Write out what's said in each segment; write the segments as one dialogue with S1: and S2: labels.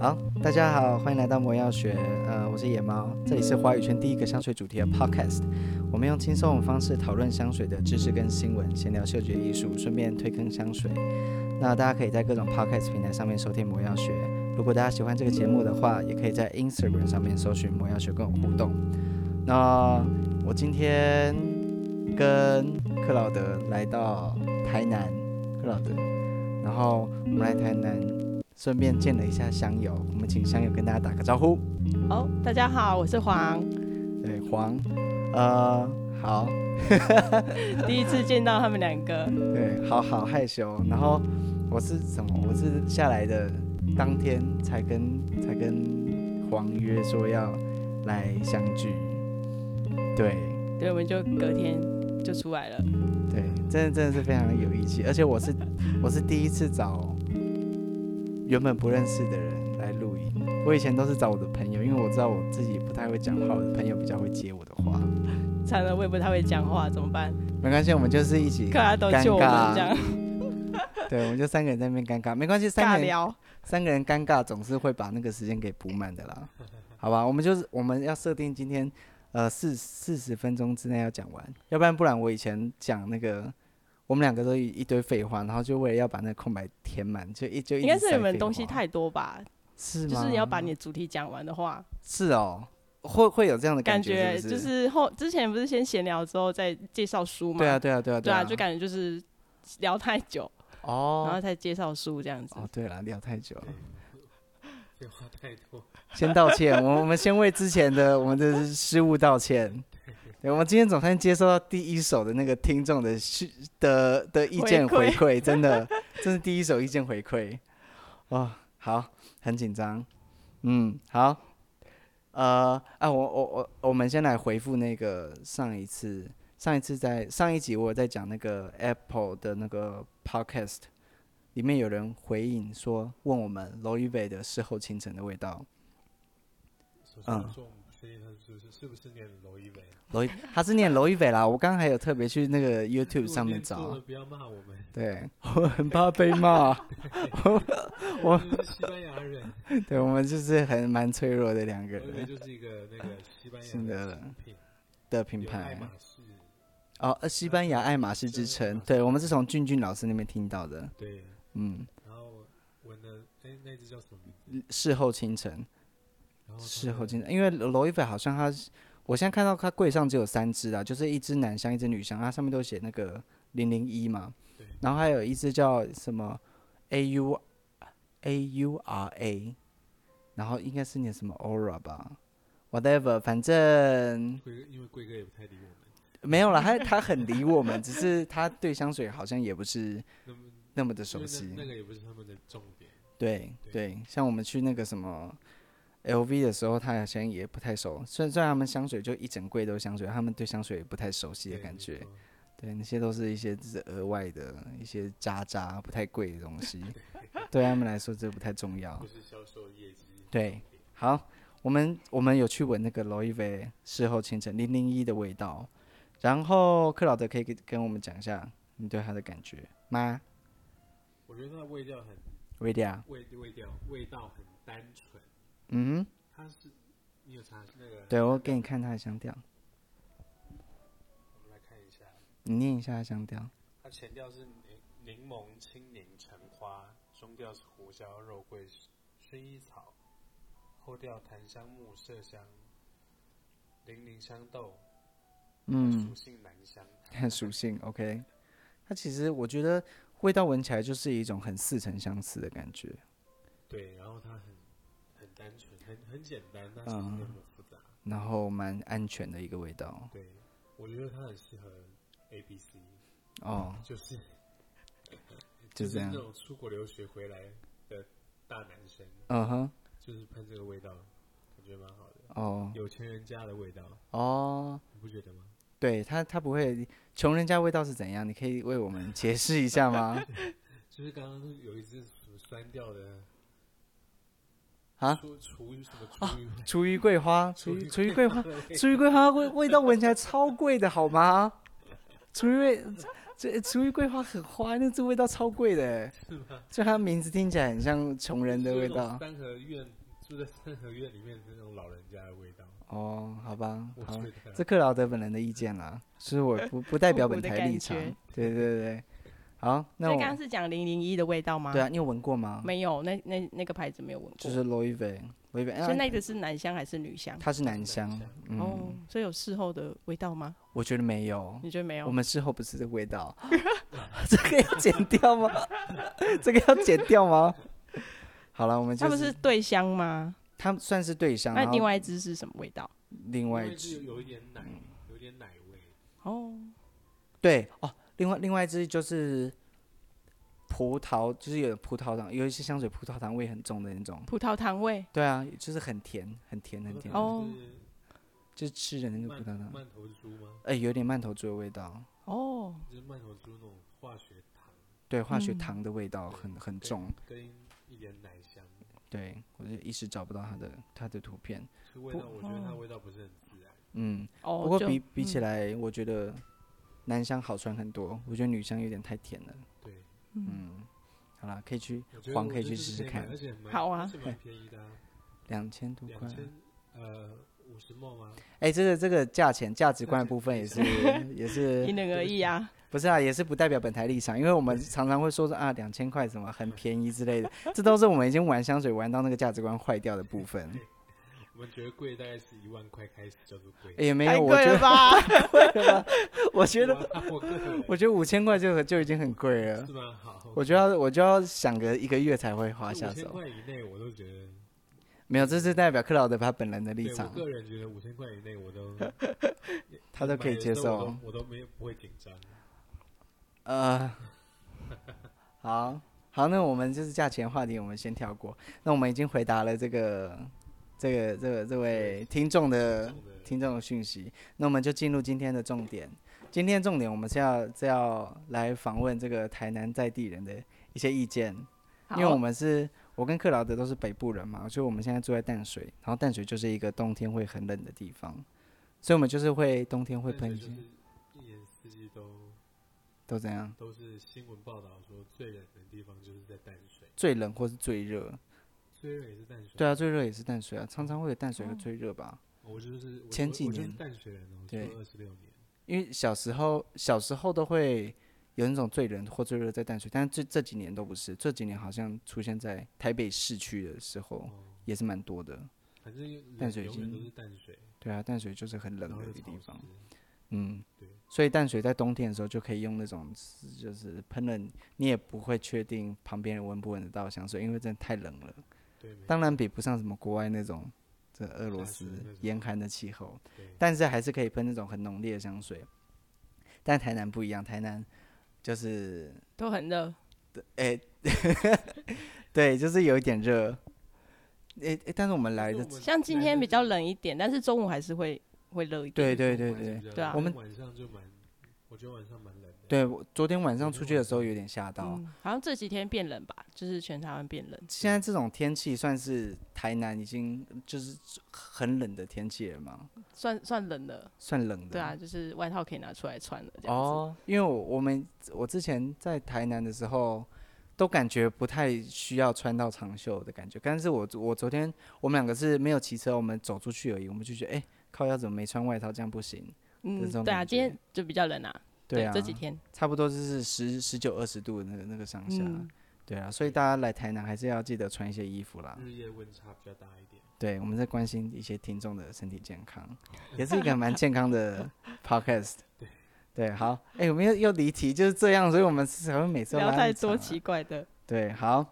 S1: 好，大家好，欢迎来到魔药学。呃，我是野猫，这里是华语圈第一个香水主题的 podcast。我们用轻松的方式讨论香水的知识跟新闻，闲聊嗅觉艺术，顺便推坑香水。那大家可以在各种 podcast 平台上面收听魔药学。如果大家喜欢这个节目的话，也可以在 Instagram 上面搜寻魔药学跟我互动。那我今天跟克劳德来到台南，克劳德，然后我们来台南，顺便见了一下香友。我们请香友跟大家打个招呼。
S2: 哦，大家好，我是黄，
S1: 对，黄，呃，好，
S2: 第一次见到他们两个，
S1: 对，好好害羞。然后我是什么？我是下来的当天才跟才跟黄约说要来相聚。对
S2: 对，我们就隔天就出来了。
S1: 对，真的真的是非常有义气，而且我是我是第一次找原本不认识的人来录音。我以前都是找我的朋友，因为我知道我自己不太会讲话，我的朋友比较会接我的话。
S2: 惨了，我也不太会讲话，怎么办？
S1: 没关系，我们就是一起
S2: 克，拉都救我
S1: 尴尬
S2: 们这样
S1: 对，我们就三个人在那边尴尬，没关系，三个
S2: 尬
S1: 人
S2: 聊。
S1: 三个人尴尬总是会把那个时间给补满的 啦，好吧？我们就是我们要设定今天呃四四十分钟之内要讲完，要不然不然我以前讲那个我们两个都一一堆废话，然后就为了要把那个空白填满，就一就一
S2: 应该
S1: 直
S2: 是
S1: 塞
S2: 你们
S1: 废
S2: 东西
S1: 话
S2: 太多吧，
S1: 是吗？
S2: 就是你要把你的主题讲完的话，
S1: 是哦，会会有这样的
S2: 感
S1: 觉
S2: 觉
S1: 是不
S2: 就是是后之前不是先闲聊之后再介绍书嘛？
S1: 对啊对啊对啊
S2: 对
S1: 啊，
S2: 啊，就感觉就是聊太久，然后
S1: 哦
S2: 再介绍书这样子。
S1: 哦对了，聊太久了，
S3: 废话太多，
S1: 先道歉，我我们先为之前的我们的失误道歉。对，我们今天总算接收到第一手的那个听众的是的的意见回
S2: 回
S1: 馈，真的，这是第一手意见回馈。哦，好，很紧张。嗯，好。呃，啊，我我我，我们先来回复那个上一次，上一次在上一集我有在讲那个 Apple 的那个 Podcast，里面有人回应说，问我们罗玉北的事后清晨的味道。
S3: 首
S1: 嗯
S3: 先说我们不确定他是不是是不是念楼一维，
S1: 楼一，他是念楼一北啦。我刚刚还有特别去那 个 YouTube 上面
S3: 如果念错
S1: 找啊
S3: 了，不要骂我们，
S1: 对我很怕被 骂。我
S3: 我们是西班牙人，
S1: 对我们就是很蛮脆弱的两个
S3: 楼一维
S1: 人
S3: 就是一个那个西班牙
S1: 新的
S3: 产品，
S1: 的品
S3: 有爱
S1: 牌
S3: 马仕，
S1: 哦，呃西班牙爱马仕之称。对我们是从俊俊老师那边听到的，
S3: 对，
S1: 嗯，
S3: 然后闻的哎那只叫什么名字？
S1: 事后清晨，
S3: 然后
S1: 事
S3: 它
S1: 后
S3: 的
S1: 清晨，因为楼一北好像他，我现在看到他柜上只有三支啦，就是一支男香，一支女香，它上面都写那个零零一嘛
S3: 对，
S1: 然后还有一支叫什么 A U A U R A，然后应该是念什么 Aura 吧，whatever，反正
S3: 贵哥，因为贵哥也不太理我们，
S1: 没有了，他他很理我们，只是他对香水好像也不是
S3: 那么
S1: 那么的
S3: 因
S1: 熟
S3: 为
S1: 悉。
S3: 那那个也不是他们的重点，
S1: 对对，像我们去那个什么 LV 的时候，他好像也不太熟。虽然虽然他们香水就一整柜都是香水，他们对香水也不太熟悉的
S3: 对
S1: 感
S3: 没
S1: 觉。
S3: 错
S1: 对，那些都是一些只是额外的一些渣渣，不太贵的东 西。对他们来说，这不太重要
S3: 不。是销售业绩，
S1: 对，好，我们我们有去闻那个罗意威事后清晨零零一的味道，然后克劳德可以给跟我们讲一下你对它的感觉吗？
S3: 我觉得它的味道很
S1: 瑞迪亚，
S3: 味味调味道很单纯，
S1: 嗯
S3: 它是你有查那个
S1: 哼，？对我给你看它的香调，
S3: 我们来看一下。
S1: 你念一下它的香调。
S3: 它前调是柠柠檬、青柠、橙花，中调是胡椒、肉桂、薰衣草，后调檀香木、麝香、零陵香豆，
S1: 嗯
S3: 属，性兰香。
S1: 看 属性，OK。它其实我觉得味道闻起来就是一种很似曾相识的感觉。
S3: 对，然后它很很单纯，很很简单，但是
S1: 嗯
S3: 没有那么复杂。
S1: 然后蛮安全的一个味道
S3: 对，我觉得它很适合 A B C，
S1: 哦，
S3: 就是
S1: 就这
S3: 是
S1: 样
S3: 那。种出国留学回来的大男生，
S1: 嗯哼，
S3: 就是喷这个味道，感觉蛮好的，
S1: 哦
S3: 有钱人家的味道，
S1: 哦，
S3: 你不觉得吗？
S1: 对它它不会穷人家味道是怎样？你可以为我们解释一下 吗？
S3: 就是刚刚有一只什么酸掉的
S1: 啊
S3: 说厨余什么厨余味，
S1: 厨余桂花，厨余
S3: 厨
S1: 厨余
S3: 余
S1: 桂花，厨余桂花味味道闻起来超贵的好吗？厨余味，这厨余桂花很花，那这味道超贵的欸，
S3: 是吗？
S1: 就它名字听起来很像穷人的
S3: 就
S1: 味
S3: 是那种
S1: 道。
S3: 三合院住在三合院里面的那种老人家的味道，
S1: 哦，好吧，
S3: 我啊
S1: 好
S3: 觉，得。
S1: 这克劳德本人的意见啦，是我不不代表本台立场
S2: 复古的
S1: 对
S2: 感。
S1: 对对，好，那
S2: 所以
S1: 我
S2: 刚刚是讲零零一的味道吗？
S1: 对啊，你有闻过吗？
S2: 没有，那那那个牌子没有闻过。
S1: 就是 l o i v e l o i v
S2: 所以
S1: e
S2: 那个是男香还是女香？
S1: 它是男香
S3: 男香，
S2: 哦
S1: 嗯，，
S2: 所以有事后的味道吗？
S1: 我觉得没有。
S2: 你觉得没
S1: 我
S2: 有？
S1: 们事后不是这个味道， 这个要剪掉吗？这个要剪掉吗？好了，我们
S2: 它
S1: 就
S2: 不是对香吗？
S1: 他们算是对象，
S2: 那
S1: 然后
S2: 另外一只是什么味道？
S1: 另
S3: 因
S1: 外一
S3: 为是
S1: 只
S3: 有一点奶，有一点奶味。
S2: 哦，
S1: 对哦，另外另外一只就是葡萄，就是有葡萄糖，有一些香水葡萄糖味很重的那种。
S2: 葡萄糖味。
S1: 对啊，就是很甜，很甜，很甜，
S2: 哦
S1: 就是吃的那个葡
S3: 曼
S1: 萄糖，
S3: 曼头猪吗？
S1: 哎、有点曼头猪的味道，
S2: 哦，
S3: 就是曼头猪那种化学糖，
S1: 对，化学
S2: 嗯
S1: 糖的味道很很重。
S3: 跟一点奶香，
S1: 对，我就一时找不到它的它的图片。
S3: 这味道我觉得它味道不是很自然。
S1: 嗯，
S2: 哦，
S1: 不过
S2: 就
S1: 比比起来，我觉得男香好穿很多，我觉得女香有点太甜了。
S3: 对，
S1: 嗯，好啦，可以去
S3: 我觉得
S1: 黄
S3: 我
S1: 可以
S3: 觉
S1: 去
S3: 得
S1: 试
S3: 是
S1: 试
S3: 可以买
S1: 看
S3: 而，且蛮
S2: 好啊
S3: 而且蛮便宜 的啊，
S1: 两千多块
S3: 两。千呃五十毛吗？
S1: 哎、这个这个价钱价值 观的部分也是也
S2: 因
S1: 是
S2: 人而异啊。
S1: 不是啊，也是不代表本台立场，因为我们常常会说是啊两千块什么很便宜之类的，这都是我们已经玩香水玩到那个价值观坏掉的部分。
S3: 我们觉得贵大概是一万块开始叫做贵。
S1: 哎也、没
S2: 太
S1: 有，我
S2: 贵
S1: 觉
S2: 了
S1: 得
S2: 吧？
S1: 我觉得
S3: 哇我贵了
S1: 我觉得五千块就就已经很贵了
S3: 是，吗？好，
S1: 我就要我就要想个一个月才会花下
S3: 五千
S1: 手。
S3: 块以内我都觉得，
S1: 没有，这是代表克劳德他本人的立
S3: 对我
S1: 场，
S3: 个人觉得五千块以内我都
S1: 他都可以接受。
S3: 我都我都没有不会紧张。
S1: 呃，好好，那我们就是价钱话题，我们先跳过。那我们已经回答了这个、这个、这个这位听众的听众的讯息，那我们就进入今天的重点。今天的重点我们是要是要来访问这个台南在地人的一些意见，因为
S2: 好
S1: 我们是我跟克劳德都是北部人嘛，所以我们现在住在淡水，然后淡水就是一个冬天会很冷的地方，所以我们就是会冬天会
S3: 但
S1: 喷
S3: 是
S1: 一
S3: 就
S1: 些
S3: 是一年四季都
S1: 都这样。
S3: 都是新闻报道说最冷的地方就是在淡水，
S1: 最冷或是最热，
S3: 最热也是淡水。嗯
S1: 对啊，最热也是淡水啊，常常会有淡水和
S2: 哦
S1: 最热吧。
S3: 我就是我
S1: 前
S3: 我
S1: 几
S3: 我就是
S1: 年
S3: 淡水人哦，我住
S1: 对
S3: 了二十六年，
S1: 因为小时候小时候都会有那种最冷或最热在淡水，但是这这几年都不是，这几年好像出现在台北市区的时候
S3: 哦，
S1: 也是蛮多的。
S3: 反正
S1: 淡水已
S3: 永远
S1: 经
S3: 都是淡水，
S1: 对啊，淡水就是很冷
S3: 然后
S1: 的
S3: 又
S1: 一个地
S3: 潮
S1: 方
S3: 湿，
S1: 嗯
S3: 对，
S1: 所以淡水在冬天的时候就可以用那种就是喷了，你也不会确定旁边人闻不闻得到的香水，因为真的太冷了。
S3: 对，没
S1: 当然比不上什么国外那种这俄罗斯
S3: 下雪那种
S1: 严寒的气候
S3: 对，
S1: 但是还是可以喷那种很浓烈的香水。但台南不一样，台南就是
S2: 都很热，
S1: 诶，哎对，就是有一点热。诶、诶但是我们来的
S3: 但是我们
S2: 像今天比较冷一点，但是中午还是会会热一
S1: 对
S2: 点。
S1: 对对对
S3: 晚上比较
S2: 对啊
S3: 冷
S1: 我们
S3: 晚上就蛮，我觉得晚上蛮冷的。
S1: 对，我昨天晚上出去的时候有点吓到。
S2: 嗯，好像这几天变冷吧，就是全台湾变冷。
S1: 现在这种天气算是台南已经就是很冷的天气了嘛，
S2: 算算冷了，
S1: 算冷的。
S2: 对啊，就是外套可以拿出来穿了这样子。
S1: 嗯哦，因为我我们我之前在台南的时候，都感觉不太需要穿到长袖的感觉。但是我我昨天我们两个是没有骑车，我们走出去而已，我们就觉得哎、靠腰怎么没穿外套，这样不行。这
S2: 嗯，
S1: 种
S2: 对啊，
S1: 感觉
S2: 今天就比较冷啊。
S1: 啊，
S2: 这几天
S1: 差不多就是十十九二十度的那个那个上下。
S2: 嗯
S1: 对啊，所以大家来台南还是要记得穿一些衣服啦。
S3: 日夜温差比较大一点，
S1: 对，我们在关心一些听众的身体健康，也是一个蛮健康的 podcast。对，好，哎、我们又又离题，就是这样，所以我们才会每次
S2: 不
S1: 都
S2: 要
S1: 拉
S2: 太
S1: 很长
S2: 多
S1: 啊
S2: 奇怪的。
S1: 对，好，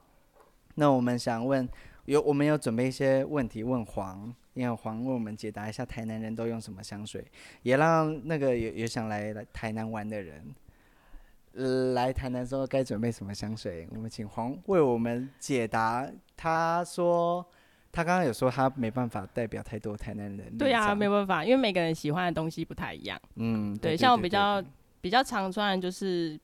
S1: 那我们想问，有我们有准备一些问题问黄，因为黄为我们解答一下台南人都用什么香水，也让那个有有想来来台南玩的人，呃，来台南之后该准备什么香水？我们请黄为我们解答。他说，他刚刚有说他没办法代表太多台南人的立场。
S2: 对啊，没有办法，因为每个人喜欢的东西不太一样。
S1: 嗯，对，
S2: 对像我
S1: 对
S2: 比
S1: 对
S2: 较比较常穿的就是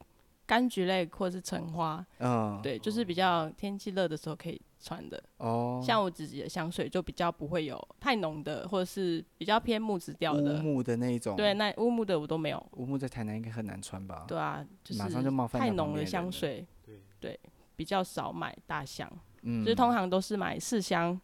S2: 柑橘类或是橙花，
S1: 嗯，
S2: 对，就是比较天气热的时候可以穿的。
S1: 哦，
S2: 像我自己的香水就比较不会有太浓的，或者是比较偏木质调
S1: 乌
S2: 的。
S1: 木的那一种，
S2: 对，，那乌木的我都没有。
S1: 乌木在台南应该很难穿吧？
S2: 对啊，就是
S1: 马上就冒犯到
S2: 太
S1: 旁
S2: 浓
S1: 边
S2: 的
S1: 的人
S2: 香
S1: 了
S2: 水
S3: 对，
S2: 比较少买大香，
S1: 嗯，
S2: 就是通常都是买四香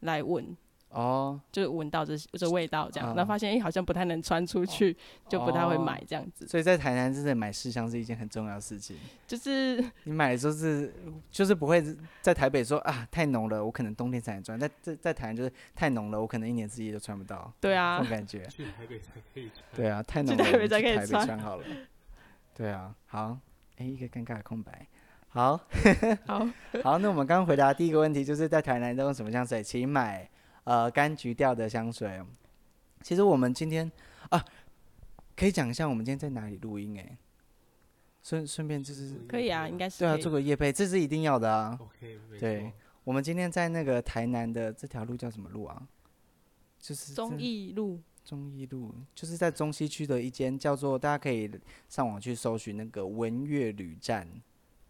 S2: 来闻，
S1: 哦，
S2: 就是闻到这这味道这样，那、
S1: 啊
S2: 发现哎、诶好像不太能穿出去，就不太会
S1: 哦
S2: 买这样子。
S1: 所以在台南真的买试香是一件很重要的事情。
S2: 就是
S1: 你买的时候是就是不会在台北说啊太浓了，我可能冬天才能穿，但在在台南就是太浓了，我可能一年四季都穿不到。
S2: 对啊
S1: 这 种感觉。
S3: 去台北才可以穿。
S1: 对啊，太浓了，
S2: 去台北
S1: 我们
S2: 才可以
S1: 去台北
S2: 穿
S1: 穿好了。对啊，好，哎，一个尴尬的空白。好，
S2: 好，
S1: 好，那我们刚刚回答第一个问题，就是在台南都用什么香水？请买呃柑橘调的香水。其实我们今天啊，可以讲一下我们今天在哪里录音哎、顺顺便就是
S2: 可以啊，应该是
S1: 对啊，
S2: 可以
S1: 做个夜配，这是一定要的啊。
S3: OK，没
S1: 对
S3: 错。
S1: 我们今天在那个台南的这条路叫什么路啊？就是
S2: 中
S1: 义
S2: 义路
S1: 中义路，就是在中西区的一间叫做大家可以上网去搜寻那个文乐旅站，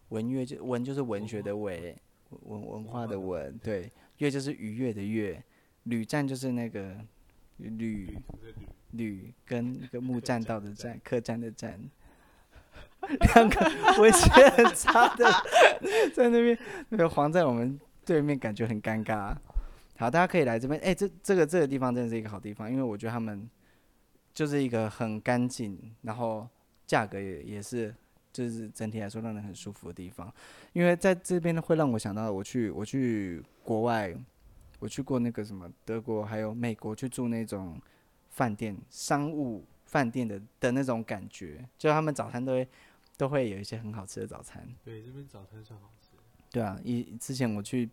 S1: 文乐就文就是文学的文，文文化的文，对，乐就是愉悦的乐，旅站就是那个旅
S3: 这里
S1: 旅跟一个木栈道的站，客栈的 站，两个文学很差的在那边，那个黄在我们对面感觉很尴尬。好，大家可以来这边，哎、这这个这个地方真的是一个好地方，因为我觉得他们就是一个很干净，然后价格也也是。就是整体来说让人很舒服的地方，因为在这边会让我想到我去我去国外，我去过那个什么德国还有美国去住那种饭店、商务饭店的的那种感觉，就他们早餐都会都会有一些很好吃的早餐。
S3: 对这边早餐算好吃，
S1: 对啊，以之前我去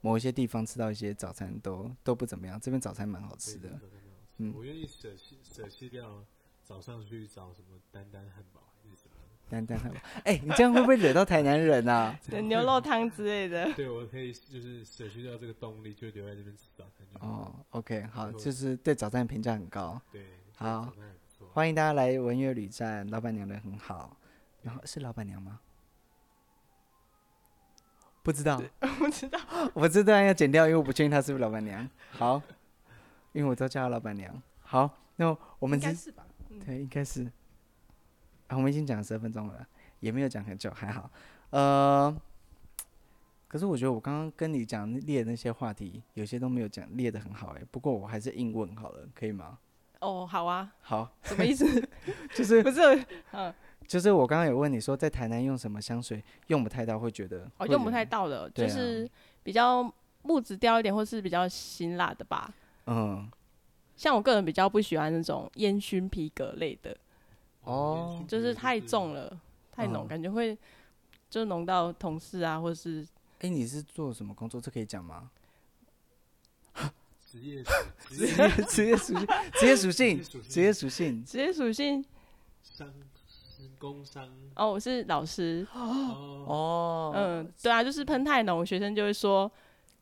S1: 某一些地方吃到一些早餐都都不怎么样，这边早餐蛮好吃
S3: 对
S1: 的
S3: 这边。早餐蛮好吃
S1: 嗯
S3: 我愿意舍弃舍弃掉早上去找什么丹丹汉堡还是什么，
S1: 但但他们，哎、你这样会不会惹到台南人啊？
S2: 对牛肉汤之类的。
S3: 对我可以就是舍去掉这个动力，就留在这边吃早餐就好。
S1: 哦，OK，好，就是对早餐的评价很高，
S3: 对，
S1: 好
S3: 早餐还不错。
S1: 欢迎大家来文乐旅站，老板娘人很好。然后是老板娘吗？不知道，
S2: 不知道，
S1: 我这段要剪掉，因为我不确定她是不是老板娘。好，因为我都叫她老板娘。好，那我们
S2: 应该
S1: 之
S2: 是吧？
S1: 对应该是啊，我们已经讲十二分钟了，也没有讲很久，还好。呃，可是我觉得我刚刚跟你讲列的那些话题，有些都没有讲列的很好哎、不过我还是硬问好了，可以吗？
S2: 哦，好啊，
S1: 好，
S2: 什么意思？
S1: 就是
S2: 不是，嗯，
S1: 就是我刚刚有问你说，在台南用什么香水用不太到，会觉得
S2: 哦，
S1: 会
S2: 用不
S1: 觉
S2: 太
S1: 得
S2: 到的，
S1: 对
S2: 就
S1: 啊
S2: 是比较木质调一点，或是比较辛辣的吧。
S1: 嗯
S2: 像我个人比较不喜欢那种烟熏皮革类的，
S1: 哦
S2: 就是太重
S3: 了。
S2: 了，太浓，
S1: 嗯
S2: 感觉会就浓到同事啊，或是
S1: 哎、你是做什么工作？这可以讲吗？
S3: 职业属职业
S1: 职业属性，职业属性，职
S3: 职
S1: 业属性。
S3: 业
S2: 职业属性。
S3: 商工商
S2: 哦，我是老师，
S3: 哦，
S1: 哦，
S2: 嗯，对啊，就是喷太浓，学生就会说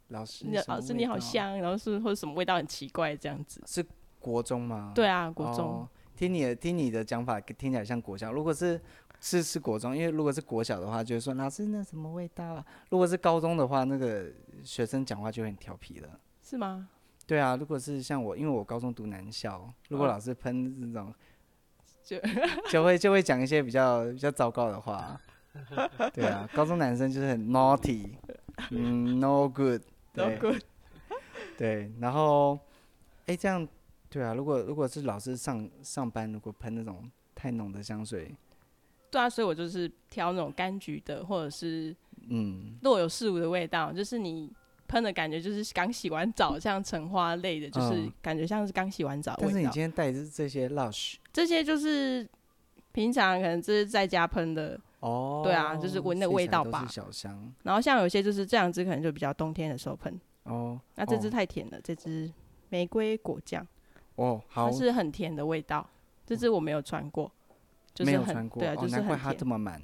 S1: 老师，
S2: 你的老师你好
S1: 像
S2: 香，然后是或者什么味道很奇怪这样子。
S1: 是国中吗？
S2: 对啊，国中
S1: 哦，听你的听你的讲法，听起来像国小。如果是是是国中，因为如果是国小的话，就是说老师那什么味道啊；如果是高中的话，那个学生讲话就会很调皮了。
S2: 是吗？
S1: 对啊，如果是像我，因为我高中读男校，如果
S2: 哦
S1: 老师喷这种，
S2: 就
S1: 就会就会讲一些比较比较糟糕的 话。对啊，高中男生就是很 naughty，嗯，no good，对
S2: No good
S1: 对，然后，哎，这样对啊，如果如果是老师上上班，如果喷那种太浓的香水，
S2: 对啊，所以我就是挑那种柑橘的，或者是
S1: 嗯，
S2: 若有似无的味道，就是你喷的感觉，就是刚洗完澡，像橙花类的，就是
S1: 嗯
S2: 感觉像是刚洗完澡的
S1: 但是
S2: 啊味
S1: 你
S2: 道。
S1: 今天带的是这些 lush
S2: 这些就是平常可能这是在家喷的，
S1: 哦，
S2: 对啊就是闻那
S1: 所以
S2: 味
S1: 才
S2: 道
S1: 都
S2: 吧
S1: 是小香
S2: 然后像有些就是这两支可能就比较冬天的时候喷。
S1: 哦。
S2: 那这
S1: 哦
S2: 支太甜了，这支玫瑰果酱，
S1: 哦，好
S2: 它，是很甜的味道。这支我没有穿过，就
S1: 没
S2: 是
S1: 有
S2: 很
S1: 穿过，
S2: 对啊，
S1: 哦，
S2: 就是
S1: 难怪它
S2: 很
S1: 这
S2: 甜，
S1: 么满。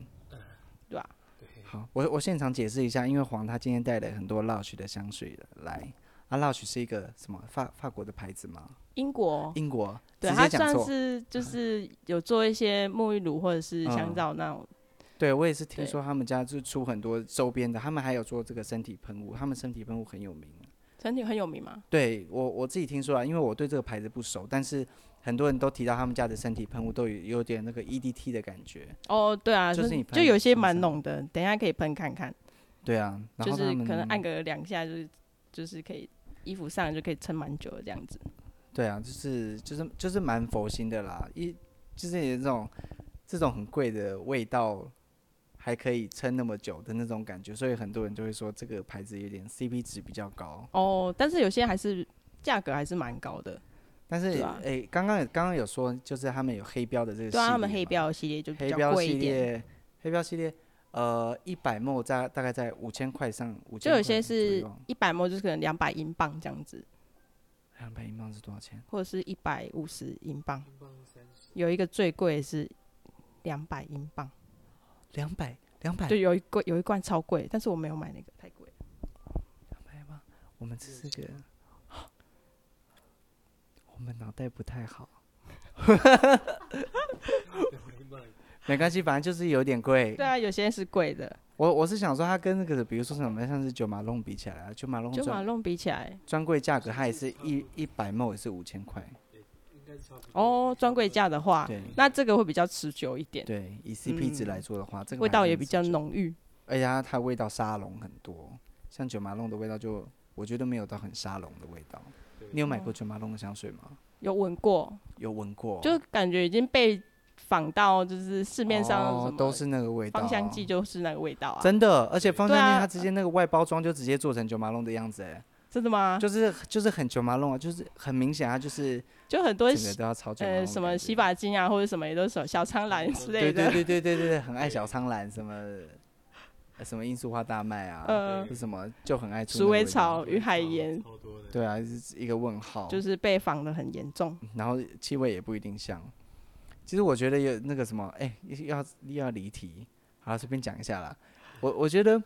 S2: 对啊吧？
S3: 对，
S1: 好，我我现场解释一下，因为黄他今天带了很多 Lush 的香水来。啊，Lush 是一个什么法法国的牌子吗？
S2: 英国，
S1: 英国？
S2: 对，
S1: 直
S2: 它
S1: 接讲
S2: 算
S1: 错。
S2: 是就是有做一些沐浴乳或者是
S1: 嗯
S2: 香皂那种
S1: 对我也是听
S2: 对
S1: 说他们家就出很多周边的，他们还有做这个身体喷雾，他们身体喷雾很有名啊。
S2: 身体很有名嘛，
S1: 对我我自己听说啊，因为我对这个牌子不熟，但是很多人都提到他们家的身体喷雾都有有点那个 EDT 的感觉。
S2: 哦，对啊，
S1: 就是你喷
S2: 就有些
S1: 身
S2: 蛮
S1: 上
S2: 浓的，等一下可以喷看看，
S1: 对啊，然
S2: 就
S1: 后
S2: 是
S1: 他们
S2: 可能按个两下，就是就是可以衣服上就可以撑蛮久的这样子。
S1: 对啊，就是就是就是蛮佛心的啦，一就是有这种这种很贵的味道，还可以撑那么久的那种感觉，所以很多人就会说这个牌子有点 CP 值比较高。
S2: 哦，但是有些还是价格还是蛮高的，
S1: 但是
S2: 对啊
S1: 诶，刚刚有刚刚有说，就是他们有黑标的这个系
S2: 对啊，他们
S1: 列
S2: 黑
S1: 嘛
S2: 标系列就比
S1: 黑
S2: 较
S1: 标
S2: 贵
S1: 系
S2: 一点，
S1: 列，黑标系列，呃，一百墨在大概在五千块上，五
S2: 就有些是
S1: 两
S2: 一百模，就是可能两百英镑这样子，
S1: 百英镑是多少钱？
S2: 或者是一百五十英镑，
S3: 英镑三十，
S2: 有一个最贵的是两百英镑，
S1: 两百两百，
S2: 对，有一贵有一罐超贵，但是我没有买那个，太贵了。
S1: 我们这是个， 我们脑袋不太好，
S3: 两英镑
S1: 没关系，反正就是有点贵
S2: 对。啊，有些是贵的，
S1: 我我是想说，它跟那个比如说什么像是九马龙比起来啊，九马龙
S2: 就马
S1: 专
S2: 龙比起来，
S1: 专柜价格它也是一一百墨也是五千块，
S3: 应该差不多。
S2: 哦，专柜价的话，
S1: 对
S2: 那这个会比较持久一点，
S1: 对，以 CP 值
S2: 嗯
S1: 来说的话，这个
S2: 味
S1: 牌
S2: 道
S1: 子
S2: 也
S1: 是
S2: 比较浓郁。
S1: 而且它它味道沙龙很多，像九马龙的味道就我觉得没有到很沙龙的味道。你有买过九马龙的香水吗？
S2: 有闻过，
S1: 有闻过？
S2: 就感觉已经被仿到，就是市面上什
S1: 哦
S2: 么
S1: 都是那个味道，
S2: 芳香剂就是那个味道啊。
S1: 真的，而且芳香
S2: 对
S1: 剂
S2: 啊
S1: 它直接那个外包装就直接做成九马龙的样子，哎，
S2: 真的吗？就
S1: 就是就是很九马龙啊，就是很明显它就是
S2: 很多
S1: 整个都要超九马龙
S2: 呃
S1: 的
S2: 什么
S1: 感觉
S2: 洗发精啊，或者什么也都是小小苍兰之类
S1: 对啊对对
S2: 的。
S1: 对对对对，很爱小苍兰什么呃什么罂粟花大麦啊，
S2: 呃
S1: 是，什么就很爱出那
S2: 鼠
S1: 个
S2: 尾
S1: 味道
S2: 草与海盐
S3: 超多的。
S1: 对啊，是一个问号，
S2: 就是被仿的很严重。
S1: 然后气味也不一定像。其实我觉得有那个什么，哎、要要离题，好了，随便讲一下啦。我我觉得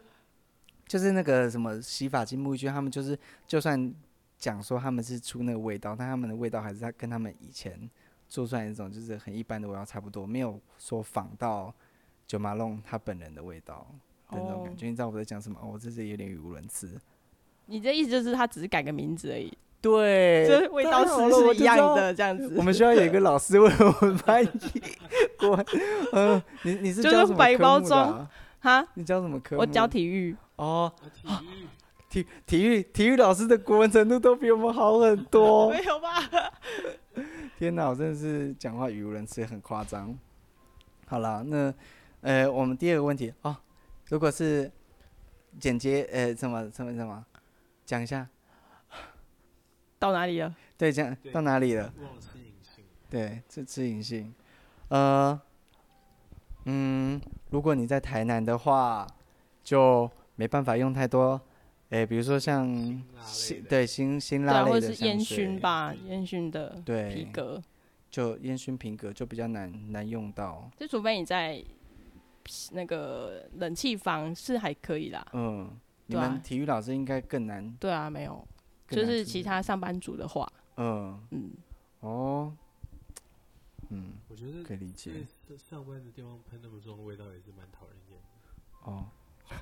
S1: 就是那个什么洗发精、沐浴圈，他们就是就算讲说他们是出那个味道，但他们的味道还是在跟他们以前做出来那种就是很一般的味道差不多，没有说仿到九马龙他本人的味道的那种感觉。你知道我在讲什么？哦我这是有点语无伦次。
S2: 你的意思就是它只是改个名字而已，
S1: 对
S2: 这味道是是一样的这样 子。
S1: 我们需要有一个老师为我们翻译。国文，呃，你你是
S2: 就是
S1: 教什么
S2: 白
S1: 科
S2: 包
S1: 目的
S2: 装
S1: 啊
S2: 哈，
S1: 你教什么科目？
S2: 我教体育，
S1: 哦，
S3: 啊体育
S1: 体体育体育老师的国文程度都比我们好很多
S2: 没。有吧？
S1: 天哪，我真的是讲话语无伦次，很夸张。好啦，那呃，我们第二个问题哦，如果是简洁呃什么什么什么，讲一下，
S2: 到哪里了？
S1: 对，讲
S3: 对
S1: 到哪里了？
S3: 忘了是隐性，
S1: 对，这吃银杏。呃，嗯，如果你在台南的话，就没办法用太多，诶，比如说像
S3: 辛辣类
S1: 辛
S3: 的
S1: 对辛辛
S2: 对
S1: 辣
S2: 啊，
S1: 类
S2: 或
S1: 的
S2: 者是
S1: 香
S2: 烟
S1: 水
S2: 熏，吧，烟熏的
S1: 对，
S2: 皮革，
S1: 就烟熏皮革就比较难难用到。
S2: 就除非你在那个冷气房是还可以啦。
S1: 嗯，你
S2: 对啊
S1: 们体育老师应该更难，
S2: 对啊，没有，
S1: 更
S2: 就
S1: 难
S2: 是
S1: 处
S2: 其
S1: 理
S2: 他上班族的话，
S1: 嗯
S2: 嗯，
S1: 哦，嗯，
S3: 我觉得
S1: 可以理
S3: 在
S1: 解
S3: 上上班的地方喷那么重的味道也是蛮讨人厌的，
S1: 哦。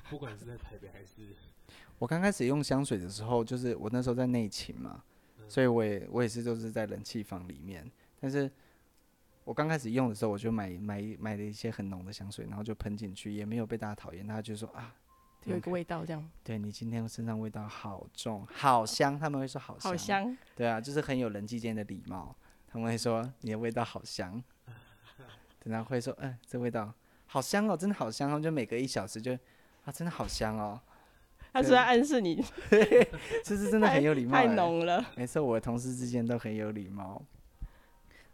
S3: 不管是在台北还是
S1: 我刚开始用香水的时候，就是我那时候在内勤嘛，
S3: 嗯
S1: 所以我也我也是就是在冷气房里面。但是我刚开始用的时候，我就买买买了一些很浓的香水，然后就喷进去，也没有被大家讨厌，大家就说啊，
S2: 有一个
S1: 味，
S2: 味道这样，
S1: 对你今天身上味道好重，好香，他们会说好香，
S2: 好香。
S1: 对啊，就是很有人际间的礼貌，他们会说你的味道好 香，然后会说，嗯、这味道好香哦，真的好香哦，他们就每隔一小时就啊，真的好香哦。
S2: 他是
S1: 啊
S2: 在暗 示你
S1: 就是真的很有礼貌、欸，
S2: 太浓了。
S1: 没错，我的同事之间都很有礼貌。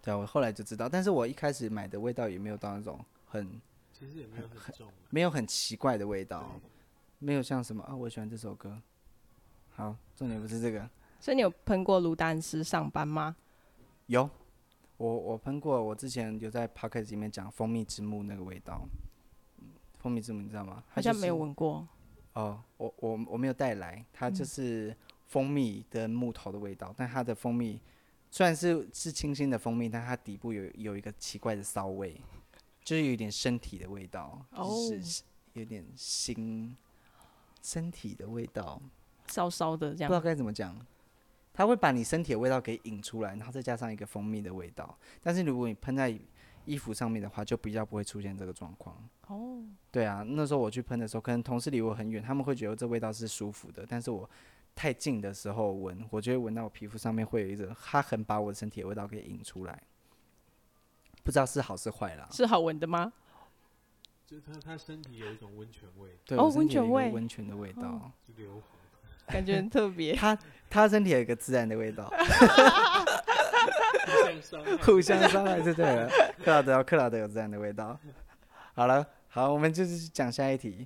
S1: 对啊，我后来就知道，但是我一开始买的味道也没有到那种很
S3: 其实也没有很重啊。
S1: 没有很奇怪的味道，没有像什么啊，我喜欢这首歌。好，重点不是这个，
S2: 所以你有喷过卢丹斯上班吗？
S1: 有我我喷过，我之前有在 Pocket 里面讲蜂蜜之木那个味道，嗯，蜂蜜之木你知道吗？
S2: 好
S1: 它就
S2: 像
S1: 是
S2: 没有闻嗯过。
S1: 哦，我我我没有带来，它就是蜂蜜跟木头的味道，但它的蜂蜜虽然是是清新的蜂蜜，但它底部有有一个奇怪的骚味，就是有一点身体的味道，
S2: 哦
S1: 就是有点腥，身体的味道，
S2: 烧烧的
S1: 不
S2: 这
S1: 知道
S2: 样。
S1: 该怎么讲。它会把你身体的味道给引出来，然后再加上一个蜂蜜的味道。但是如果你喷在衣服上面的话，就比较不会出现这个状况。
S2: 哦，
S1: 对啊，那时候我去喷的时候，可能同事离我很远，他们会觉得这味道是舒服的，但是我太近的时候闻，我就会闻到我皮肤上面会有一种，它很把我的身体的味道给引出来，不知道是好是坏啦。
S2: 是好闻的 吗？
S3: 就是他他身体有一种温泉味，
S1: 对，
S2: 哦
S1: 我身体有一个
S2: 温泉味
S1: 温泉的味道，
S2: 哦
S3: 就硫磺。
S2: 感觉很特别。
S1: 它它身体有一个自然的味道，
S3: 互相伤害
S1: 互相伤害就对了。克劳德，克劳德有自然的味道。好了，好，我们就是讲下一题。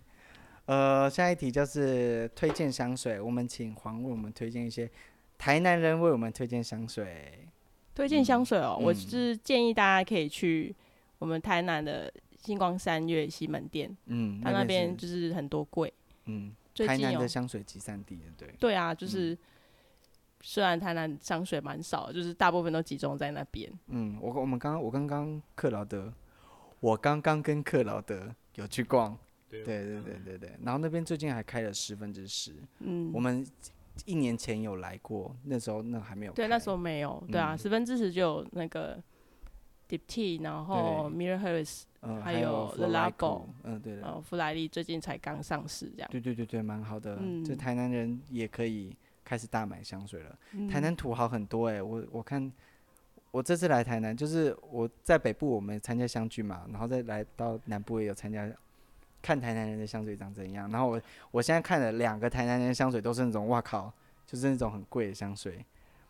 S1: 呃，下一题就是推荐香水，我们请黄为我们推荐一些台南人为我们推荐香水。
S2: 推荐香水哦，
S1: 嗯
S2: 我是建议大家可以去我们台南的星光三月西门店，
S1: 嗯，
S2: 它那边
S1: 是
S2: 就是很多柜。
S1: 嗯，
S2: 最
S1: 台
S2: 近
S1: 南
S2: 有
S1: 的香水集散地，对不对。
S2: 对啊，就是、虽然台南香水蛮少，就是大部分都集中在那边。
S1: 嗯，我我们刚刚我刚刚克劳德，我刚刚跟克劳德有去逛，
S3: 对
S1: 对对对对对。然后那边最近还开了十分之十，
S2: 嗯
S1: 我，们一年前有来过，那时候那还没有开。
S2: 对，那时候没有。对啊，
S1: 嗯
S2: 十分之十就有那个 Deep T，然后 Mirror Harris，
S1: 嗯
S2: 还
S1: 还
S2: 有 The Labo
S1: 嗯对对
S2: 呃，富莱利最近才刚上市这样。
S1: 对对对对，蛮好的。这
S2: 嗯
S1: 台南人也可以开始大买香水了。
S2: 嗯
S1: 台南土豪很多哎、我我看我这次来台南，就是我在北部我们参加相聚嘛，然后再来到南部也有参加，看台南人的香水长怎样。然后我我现在看了两个台南人的香水都是那种哇靠，就是那种很贵的香水。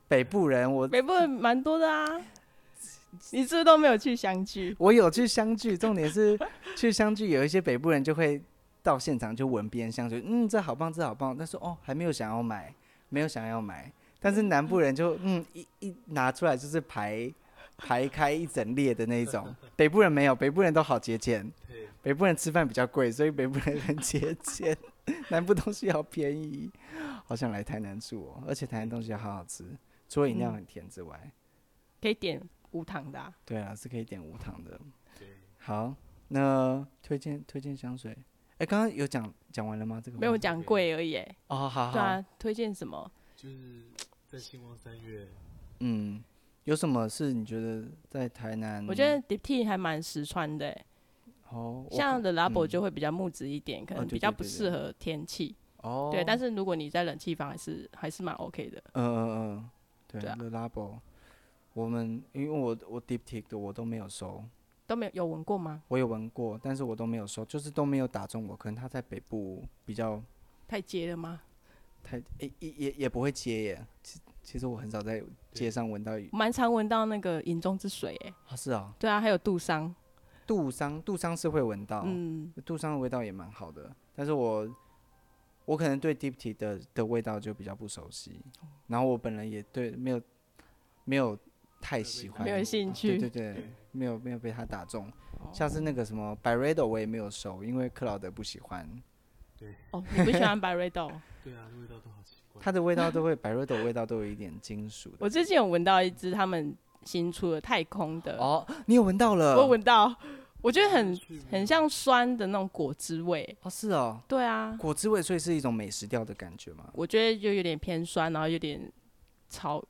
S1: 北部人我
S2: 北部人蛮多的啊。你是不是都没有去相聚？
S1: 我有去相聚，重点是去相聚有一些北部人就会到现场就闻别人香水，嗯，这好棒，这好棒，但是哦还没有想要买，没有想要买，但是南部人就嗯一一拿出来就是排排开一整列的那一种，北部人没有，北部人都好节俭，
S3: 对，
S1: 北部人吃饭比较贵，所以北部人很节俭， 南部东西好便宜，好想来台南住哦，而且台南东西好好吃，除了饮料
S2: 嗯
S1: 很甜之外，
S2: 可以点无糖的、啊。
S1: 对啊是可以点无糖的。
S3: 对，
S1: 好，那推荐推荐香水。哎，刚刚有讲讲完了吗？这个
S2: 没有
S1: 问题
S2: 讲贵而已欸、
S1: 哦，好
S2: 对
S1: 好，
S2: 啊，推荐什么？
S3: 就是在星光三月，
S1: 嗯，有什么是你觉得在台南？
S2: 我觉得 Deep T 还蛮实穿的欸、
S1: 哦，嗯我
S2: 像 The
S1: 嗯
S2: Labo 就会比较木质一点，可
S1: 哦
S2: 能
S1: 对对
S2: 比较不
S1: 对对
S2: 适合天气。
S1: 哦，
S2: 对，但
S1: 是
S2: 是如果你在冷气房，还是还是蛮 OK 的。
S1: 嗯嗯嗯，对
S2: 对啊
S1: The Labo，我们因为我我 Deep Tick 的我都没有收，
S2: 都没有有闻过吗？
S1: 我有闻过，但是我都没有收，就是都没有打中我，可能他在北部比较
S2: 太接了吗？
S1: 太诶也也也不会接耶。其其实我很少在街上闻到有，
S2: 蛮常闻到那个银中之水、欸，
S1: 啊是啊，
S2: 对啊，还有杜桑，
S1: 杜桑杜桑是会闻到，
S2: 嗯，
S1: 杜尚的味道也蛮好的，但是我我可能对 d e e p t 的的味道就比较不熟悉，然后我本人也对没有没有太喜欢，
S2: 没有兴趣
S1: 对对对，没有没有被他打中。
S2: 哦
S1: 像是那个什么 b y r e d o 我也没有收，因为克劳德不喜欢，
S2: 哦，你不喜欢白瑞豆？
S3: 对啊，味道都好奇怪。
S1: 它的味道都 会 b y r e d o 味道都有一点金属的。
S2: 我最近有闻到一支他们新出的太空的，
S1: 哦，你有闻到了？
S2: 我闻到，我觉得很
S3: 是吗
S2: 很像酸的那种果汁味。
S1: 哦，是哦，
S2: 对啊，
S1: 果汁味，所以是一种美食调的感觉嘛。
S2: 我觉得就有点偏酸，然后有点草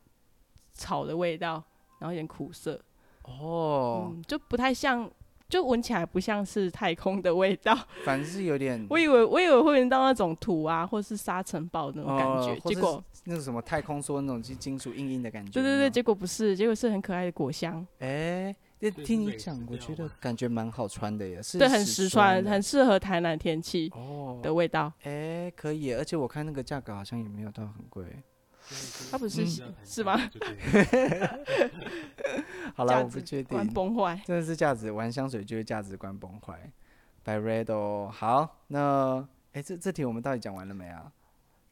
S2: 草的味道，然后有点苦涩，
S1: 哦，
S2: 嗯，就不太像，就闻起来不像是太空的味道。
S1: 反正是有点
S2: 我以为我以为会闻到那种土啊，或是沙尘暴那种感
S1: 哦
S2: 觉，
S1: 或
S2: 结
S1: 是
S2: 果
S1: 那个什么太空梭那种金金属硬硬的感觉。
S2: 对
S1: 有
S2: 对
S1: 没有
S2: 对，结果不是，结果是很可爱的果香，
S1: 哎、那
S3: 所
S1: 听
S3: 以是
S1: 你
S3: 蕾丝
S1: 讲，我
S3: 调
S1: 觉得
S3: 吗
S1: 感觉蛮好穿的耶，是
S2: 对，很
S1: 实
S2: 实穿，
S1: 的
S2: 很适合台南天气
S1: 哦。
S2: 的味道。
S1: 哎、可以耶，而且我看那个价格好像也没有到很贵。
S2: 它不是
S3: 这样子
S2: 是吗
S3: 就对了？
S1: 好
S2: 价
S1: 啦，我
S2: 值
S1: 不确定
S2: 观，崩坏，
S1: 真的是价值玩香水就是价值观崩坏。By Redo，好，那哎、这这题我们到底讲完了没啊？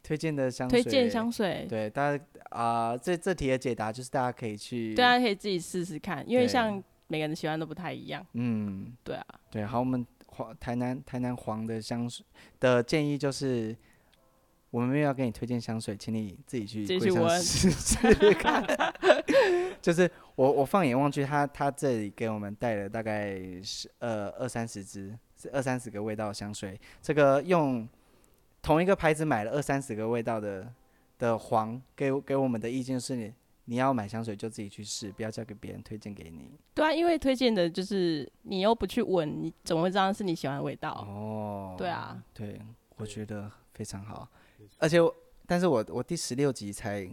S1: 推荐的香水，
S2: 推荐香水，
S1: 对大家啊、这这题的解答就是大家可以去，
S2: 大啊家可以自己试试看，因为
S1: 对
S2: 像每个人的喜欢都不太一样。
S1: 嗯，
S2: 对啊，
S1: 对，好，我们黄台南台南黄的香水的建议就是，我们没有要给你推荐香水，请你自己去
S2: 自己
S1: 柜
S2: 去
S1: 上
S2: 闻
S1: 试试试看。 就是我我放眼望去，他他这里给我们带了大概是呃二三十支，是二三十个味道的香水。这个用同一个牌子买了二三十个味道的的黄，给我给我们的意见是你你要买香水就自己去试，不要交给别人推荐给你。
S2: 对啊，因为推荐的就是你又不去闻，你怎么会知道是你喜欢的味道？
S1: 哦，
S2: 对啊，
S1: 对，我
S3: 对
S1: 觉得非常好
S3: 没错，
S1: 而且我，但是我我第十六集才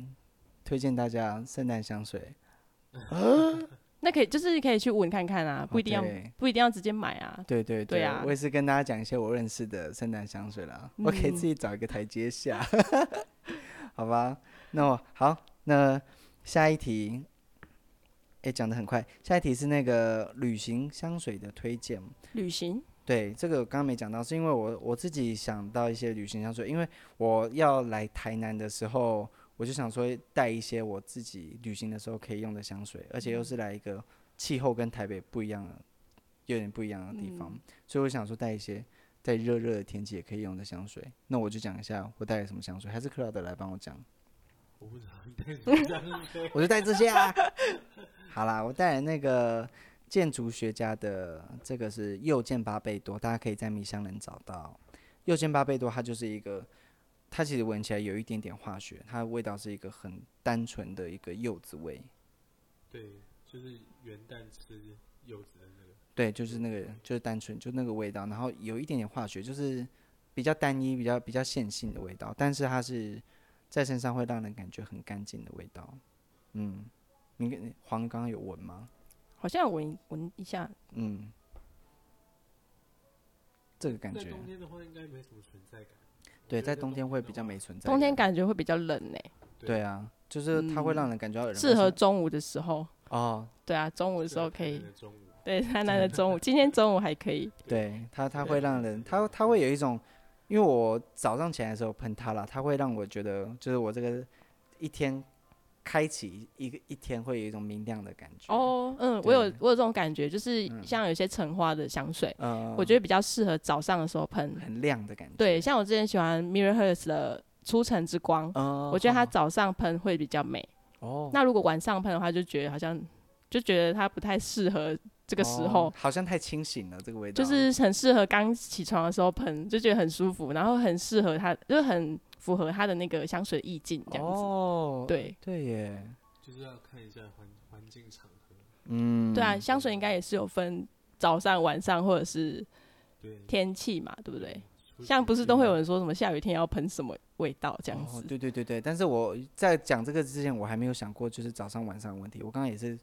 S1: 推荐大家圣诞香水，
S2: 那可以就是可以去闻看看啊，不一定要、
S1: 哦对
S2: 不一定要直接买啊。
S1: 对对
S2: 对啊
S1: 我也是跟大家讲一些我认识的圣诞香水啦，
S2: 嗯
S1: 我可以自己找一个台阶下， 好吧？那我好，那下一题，诶，讲的很快，下一题是那个旅行香水的推荐，
S2: 旅行
S1: 对，这个我刚刚没讲到，是因为我我自己想到一些旅行香水，因为我要来台南的时候，我就想说带一些我自己旅行的时候可以用的香水，而且又
S3: 嗯
S1: 是来一个气候跟台北不一样的，有点不一样的地
S3: 嗯
S1: 方，所以我想说带一些在热热的天气也可以用的香水。那我就讲一下我带了什么香水，还是 Cloud 来帮我讲，，
S3: 我不知道你带什么香 水
S1: 我就带这些啊。好啦，我带了那个建筑学家的这个是右键巴贝多，大家可以在迷香能找到。右键巴贝多它就是一个，它其实闻起来有一点点化学，它的味道是一个很单纯的一个柚子味。
S3: 对，就是元旦吃柚子的那个，
S1: 对，就是那个，就是单纯，就那个味道，然后有一点点化学，就是比较单一、比较比较线性的味道，但是它是在身上会让人感觉很干净的味道。嗯，你跟黄刚刚有闻吗？
S2: 好像有闻闻一下，
S1: 嗯，这个感
S3: 在
S1: 觉，
S3: 冬天的话应该没什么存在感。
S1: 对，
S3: 觉得
S1: 在
S3: 在
S1: 冬
S3: 冬
S1: 天
S3: 天
S1: 会
S3: 的
S1: 比较
S3: 话
S1: 没存在。
S2: 冬天，感觉会比较冷呢、
S1: 对啊，就是它会让人感觉到有人
S2: 嗯适
S1: 在
S2: 合
S1: 上
S2: 中午的时候。
S1: 哦，
S2: 对啊，中午的
S3: 有
S2: 时候可以。
S3: 中午，
S2: 对，台南的中午，今天中午还可以。
S1: 对它它
S3: 对
S1: 会让人，它它会有一种，因为我早上起来的时候喷它啦，它会让我觉得，就是我这个一天开启一个一天会有一种明亮的感觉。，
S2: 哦，嗯，我有
S1: 对
S2: 我有这种感觉，就是
S1: 嗯
S2: 像有些橙花的香水，
S1: 呃，
S2: 我觉得比较适合早上的时候喷。
S1: 很亮的感觉。
S2: 对，，像我之前喜欢 Mirror Hers 的初晨之光，
S1: 呃，
S2: 我觉得它早上喷会比较美。
S1: 哦，
S2: 那如果晚上喷的话，就觉得好像就觉得它不太适合这
S1: 这
S2: 个时候，
S1: 好像太清醒哦了，这个味道
S2: 就是很适合刚起床的时候喷，就觉得很舒服，然后很适合它，就很符合它的那个香水意境这样子。
S1: 哦，
S2: 对
S1: 对耶，
S3: 就是要看一下环环境场合。
S1: 嗯，
S2: 对啊，香水应该也是有分早上、晚上或者是
S3: 对，
S2: 天气嘛，对不对？
S1: 嗯
S3: 出
S2: 像
S3: 去
S2: 不是都会有
S3: 就
S2: 人说什么下雨天要喷什么味道这样
S1: 啊哦
S2: 子？。
S1: 对对对对，但是我在讲这个之前，我还没有想过就是早上晚上的问题。我刚刚也是，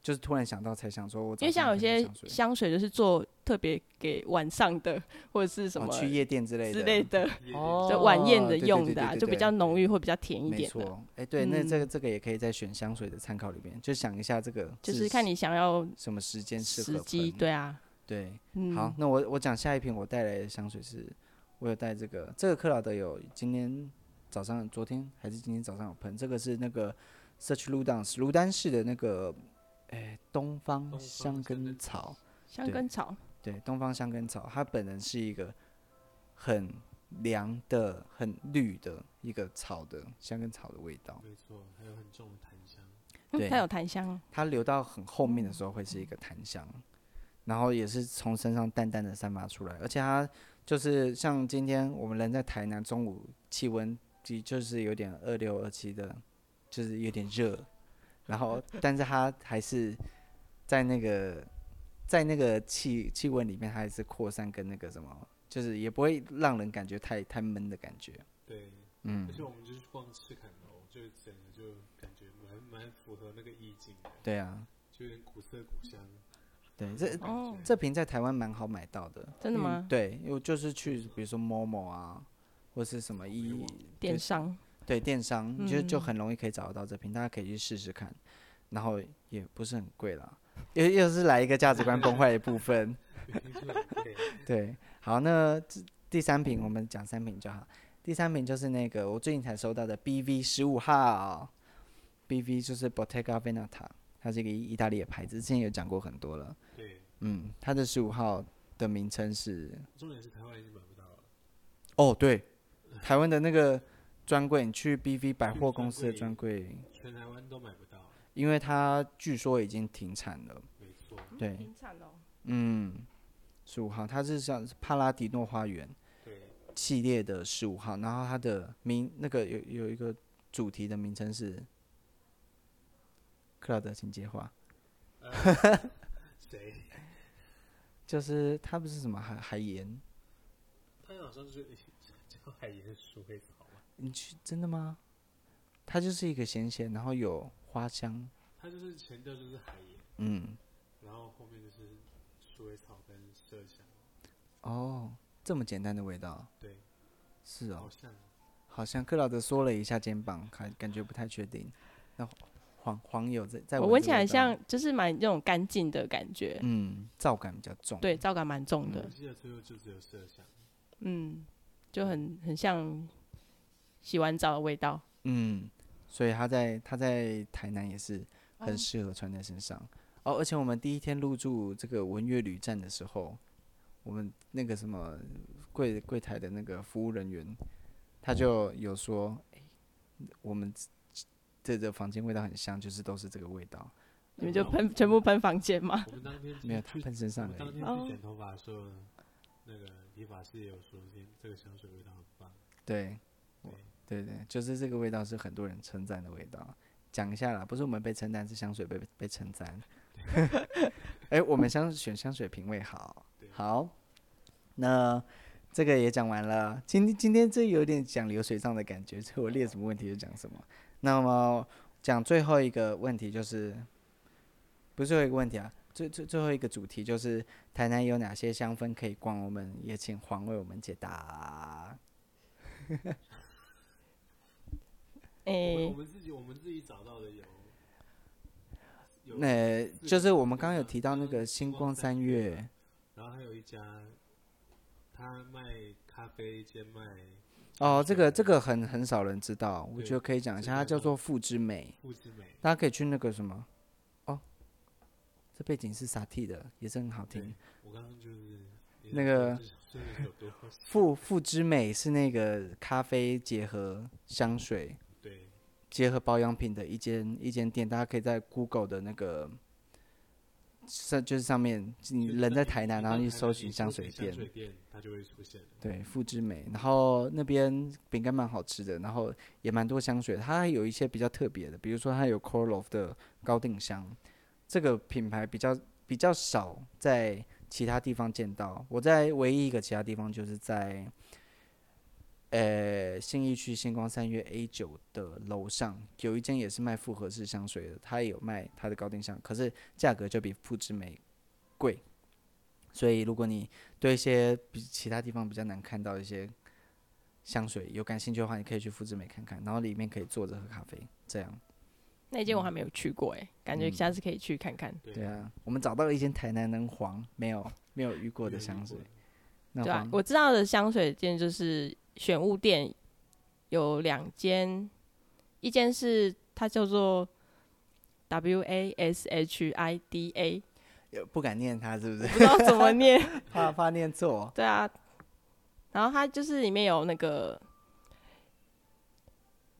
S1: 就是突然想到才想说我早
S2: 因为
S1: 上
S2: 像有
S1: 可能
S2: 些
S1: 想说
S2: 香水就是做特别给晚上的，或者是什
S1: 哦
S2: 么
S1: 去夜店之类的
S2: 之类的，
S3: 夜店
S1: 哦
S2: 就晚宴的
S1: 对对
S2: 用
S1: 对
S2: 的啊，
S1: 对对
S2: 就比较浓郁或比较甜一
S1: 没
S2: 点的，
S1: 错，哎，对，那这
S2: 嗯
S1: 个这个也可以在选香水的参考里面，就想一下这个
S2: 就是看你想要
S1: 什么时间适合
S2: 时机。
S1: 喷
S2: 对啊，
S1: 对，
S2: 嗯，
S1: 好，那我我讲下一瓶我带来的香水是，我有带这个，这个克劳德有今天早上、昨天还是今天早上有喷，这个是那个 Search Ludans 卢丹氏的那个，哎、东方
S3: 东方
S1: 香
S3: 香
S1: 根
S3: 根
S1: 草，
S2: 香根草，
S1: 对，东方香根草，它本人是一个很凉的、很绿的一个草的香根草的味道，
S3: 没错，还有很重的檀香。
S2: 嗯
S1: 对
S2: 它有檀香，
S1: 它留到很后面的时候会是一个檀香，然后也是从身上淡淡的散发出来，而且它就是像今天我们人在台南，中午气温的就是有点二六二七的，就是有点热，然 后但是它还是在那个在那个气气温里面，它还是扩散跟那个什么，就是也不会让人感觉太太闷的感觉，
S3: 对，
S1: 嗯
S3: 而，且我们就是逛赤坎楼，就整个就感觉蛮蛮符合那个意境的，
S1: 对啊，
S3: 就有点古色古香。
S1: 对，这
S2: 哦
S1: 这瓶在台湾蛮好买到的。
S2: 真的
S1: 嗯
S2: 吗？
S1: 对，我就是去比如说 Momo 啊，或是什么一
S2: 嗯电商，
S1: 对电商，你就就
S2: 嗯
S1: 很容易可以找得到这瓶，大家可以去试试看，然后也不是很贵啦。又又是来一个价值观崩坏的部分，
S3: 对，
S1: 对，好，那这第三瓶我们讲三瓶就好。第三瓶就是那个我最近才收到的 BV 十五号，BV 就是 Bottega Veneta，它是一个意大利的牌子，之前有讲过很多了。
S3: 对，
S1: 嗯，它的十五号的名称是
S3: 重点是台湾已经买不到了。啊
S1: 哦，对，台湾的那个专柜，你去 BV 百
S3: 去
S1: 货
S3: 专
S1: 公司的
S3: 柜
S1: 专柜，
S3: 全台湾都买不到，
S1: 因为它据说已经停产了。
S3: 没错，
S1: 对
S2: 停产哦，
S1: 嗯，十五号，它是像是帕拉迪诺花园
S3: 对，
S1: 系列的十五号，然后它的名那个有有一个主题的名称是克劳德，请接话，
S3: 呃谁？
S1: 就是它不是什么海海盐，
S3: 他好像是叫海盐鼠尾草嘛，
S1: 你去真的吗？它就是一个咸咸，然后有花香，
S3: 它就是前调就是海盐，
S1: 嗯，
S3: 然后后面就是鼠尾草跟麝香，
S1: 哦，这么简单的味道，
S3: 对，
S1: 是哦
S3: 好，像
S1: 好像克劳德缩了一下肩膀，感感觉不太确定。那黄黄油在在
S2: 我
S1: 这
S2: 闻起来
S1: 味道，
S2: 像就是蛮那种干净的感觉，
S1: 嗯，皂感比较重，
S2: 对，皂感蛮重的
S3: 我，嗯记得最后就只有麝香，
S2: 嗯，就很很像洗完澡的味道，
S1: 嗯，所以他在他在台南也是很
S2: 哦
S1: 适合穿在身上哦。而且我们第一天入住这个文乐旅站的时候，我们那个什么柜柜台的那个服务人员，他就有说，诶我们这这房间味道很像，就是都是这个味道，
S2: 你们就喷全部喷房间吗？
S3: 我们当天
S1: 没有他
S3: 去，
S1: 喷身
S3: 我
S1: 上
S3: 们
S1: 而
S3: 当
S1: 已。
S3: 天
S2: 哦
S3: 去剪头发的时候，那个理发师也有说，今天这个香水味道很棒，
S1: 对，我对对，就是这个味道是很多人称赞的味道。讲一下啦，不是我们被称赞，是香水被被称赞。 哎、我们香选香水品味好
S3: 对，
S1: 好。那这个也讲完了，今天今天这有点讲流水账的感觉，所以我列什么问题就讲什么。那么讲最后一个问题就是，不是最后一个问题啊，最最最后一个主题就是台南有哪些香氛可以逛？我们也请黄为我们解答。
S3: 我们
S2: 诶
S3: 我，们自己我们自己找到的有，有
S1: 那、就是我们刚刚有提到那个星光三月，
S3: 然后还有一家，他卖咖啡兼卖
S1: 哦，这个这个很很少人知道，我
S3: 对
S1: 觉得可以讲一下，
S3: 这个
S1: 它叫
S3: 很
S1: 做富之美，
S3: 富之美，
S1: 大家可以去那个什么，哦，这背景是萨蒂的，也是很好
S3: 对
S1: 听。
S3: 我刚刚就是
S1: 那个
S3: 真的是有多
S1: 富富之美是那个咖啡结合香水
S3: 对
S1: 结合保养品的一间一间店，大家可以在 Google 的那个上就是上面，你
S3: 就是
S1: 人在
S3: 你
S1: 台南，
S3: 你
S1: 然后
S3: 到
S1: 去
S3: 台
S1: 搜
S3: 南
S1: 寻
S3: 你
S1: 香
S3: 搜
S1: 水
S3: 寻
S1: 店
S3: 香，水店，它就会出现的。
S1: 对，富之美，然后那边饼干蛮好吃的，然后也蛮多香水，它还有一些比较特别的，比如说它有 Korloff 的高定香，这个品牌比较比较少在其他地方见到。我在唯一一个其他地方就是在，呃，信义区星光三月 A 九的楼上有一间也是卖复合式香水的，它也有卖它的高定香，可是价格就比富之美贵。所以，如果你对一些比其他地方比较难看到一些香水有感兴趣的话，你可以去富之美看看，然后里面可以坐着喝咖啡，这样。
S2: 那间我还没有去过，诶，感觉
S1: 嗯
S2: 下次可以去看看。
S3: 对
S1: 对啊，我们找到了一间台南人黄没有没有遇过
S3: 我
S1: 的香水，那
S2: 对啊
S1: 黄，
S2: 我知道的香水店就是选物店，有两间，一间是它叫做 W A S H I D A，
S1: 有不敢念它是不是？
S2: 不知道怎么念。
S1: 怕怕念错。
S2: 对啊，然后它就是里面有那个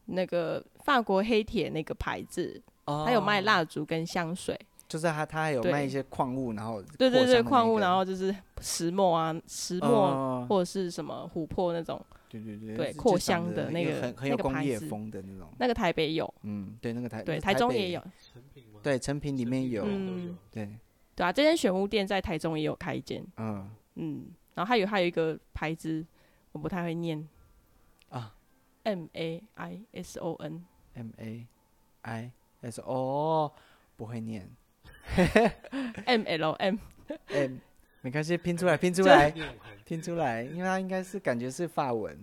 S2: 那个法国黑铁那个牌子，
S1: 哦
S2: 它有卖，蜡烛跟香水。
S1: 就是它它还有
S2: 对
S1: 卖一些矿物，然后
S2: 对对
S1: 扩香的
S2: 对，
S1: 那
S2: 矿物，
S1: 个
S2: 然后就是石墨啊，石墨、
S1: 哦
S2: 或者是什么琥珀那种，
S1: 对对对
S2: 对
S1: 就是
S2: 扩
S1: 长
S2: 香
S1: 得
S2: 的
S1: 一
S2: 那
S1: 个
S2: 个
S1: 很很
S2: 那
S1: 有
S2: 个
S1: 工
S2: 牌
S1: 业
S2: 子
S1: 风的那种。
S2: 那个台北有，
S1: 嗯，对，那个台
S2: 对，
S1: 那
S2: 台中也有
S1: 北，，
S3: 成品吗？
S1: 对，成品里
S3: 成
S1: 面
S3: 品
S1: 有，
S2: 嗯
S3: 都有。
S1: 对，
S2: 对啊，这间选物店在台中也有开一间，
S1: 嗯
S2: 嗯，然后还有还有一个牌子，我不太会念
S1: 啊
S2: ，M A I S O N，
S1: ，M A I S 哦，不会 念
S2: M L M，
S1: M，没关系，拼出来，拼出
S2: 对
S1: 来，
S3: 念完
S1: 拼出来，因为它应该是感觉是法文，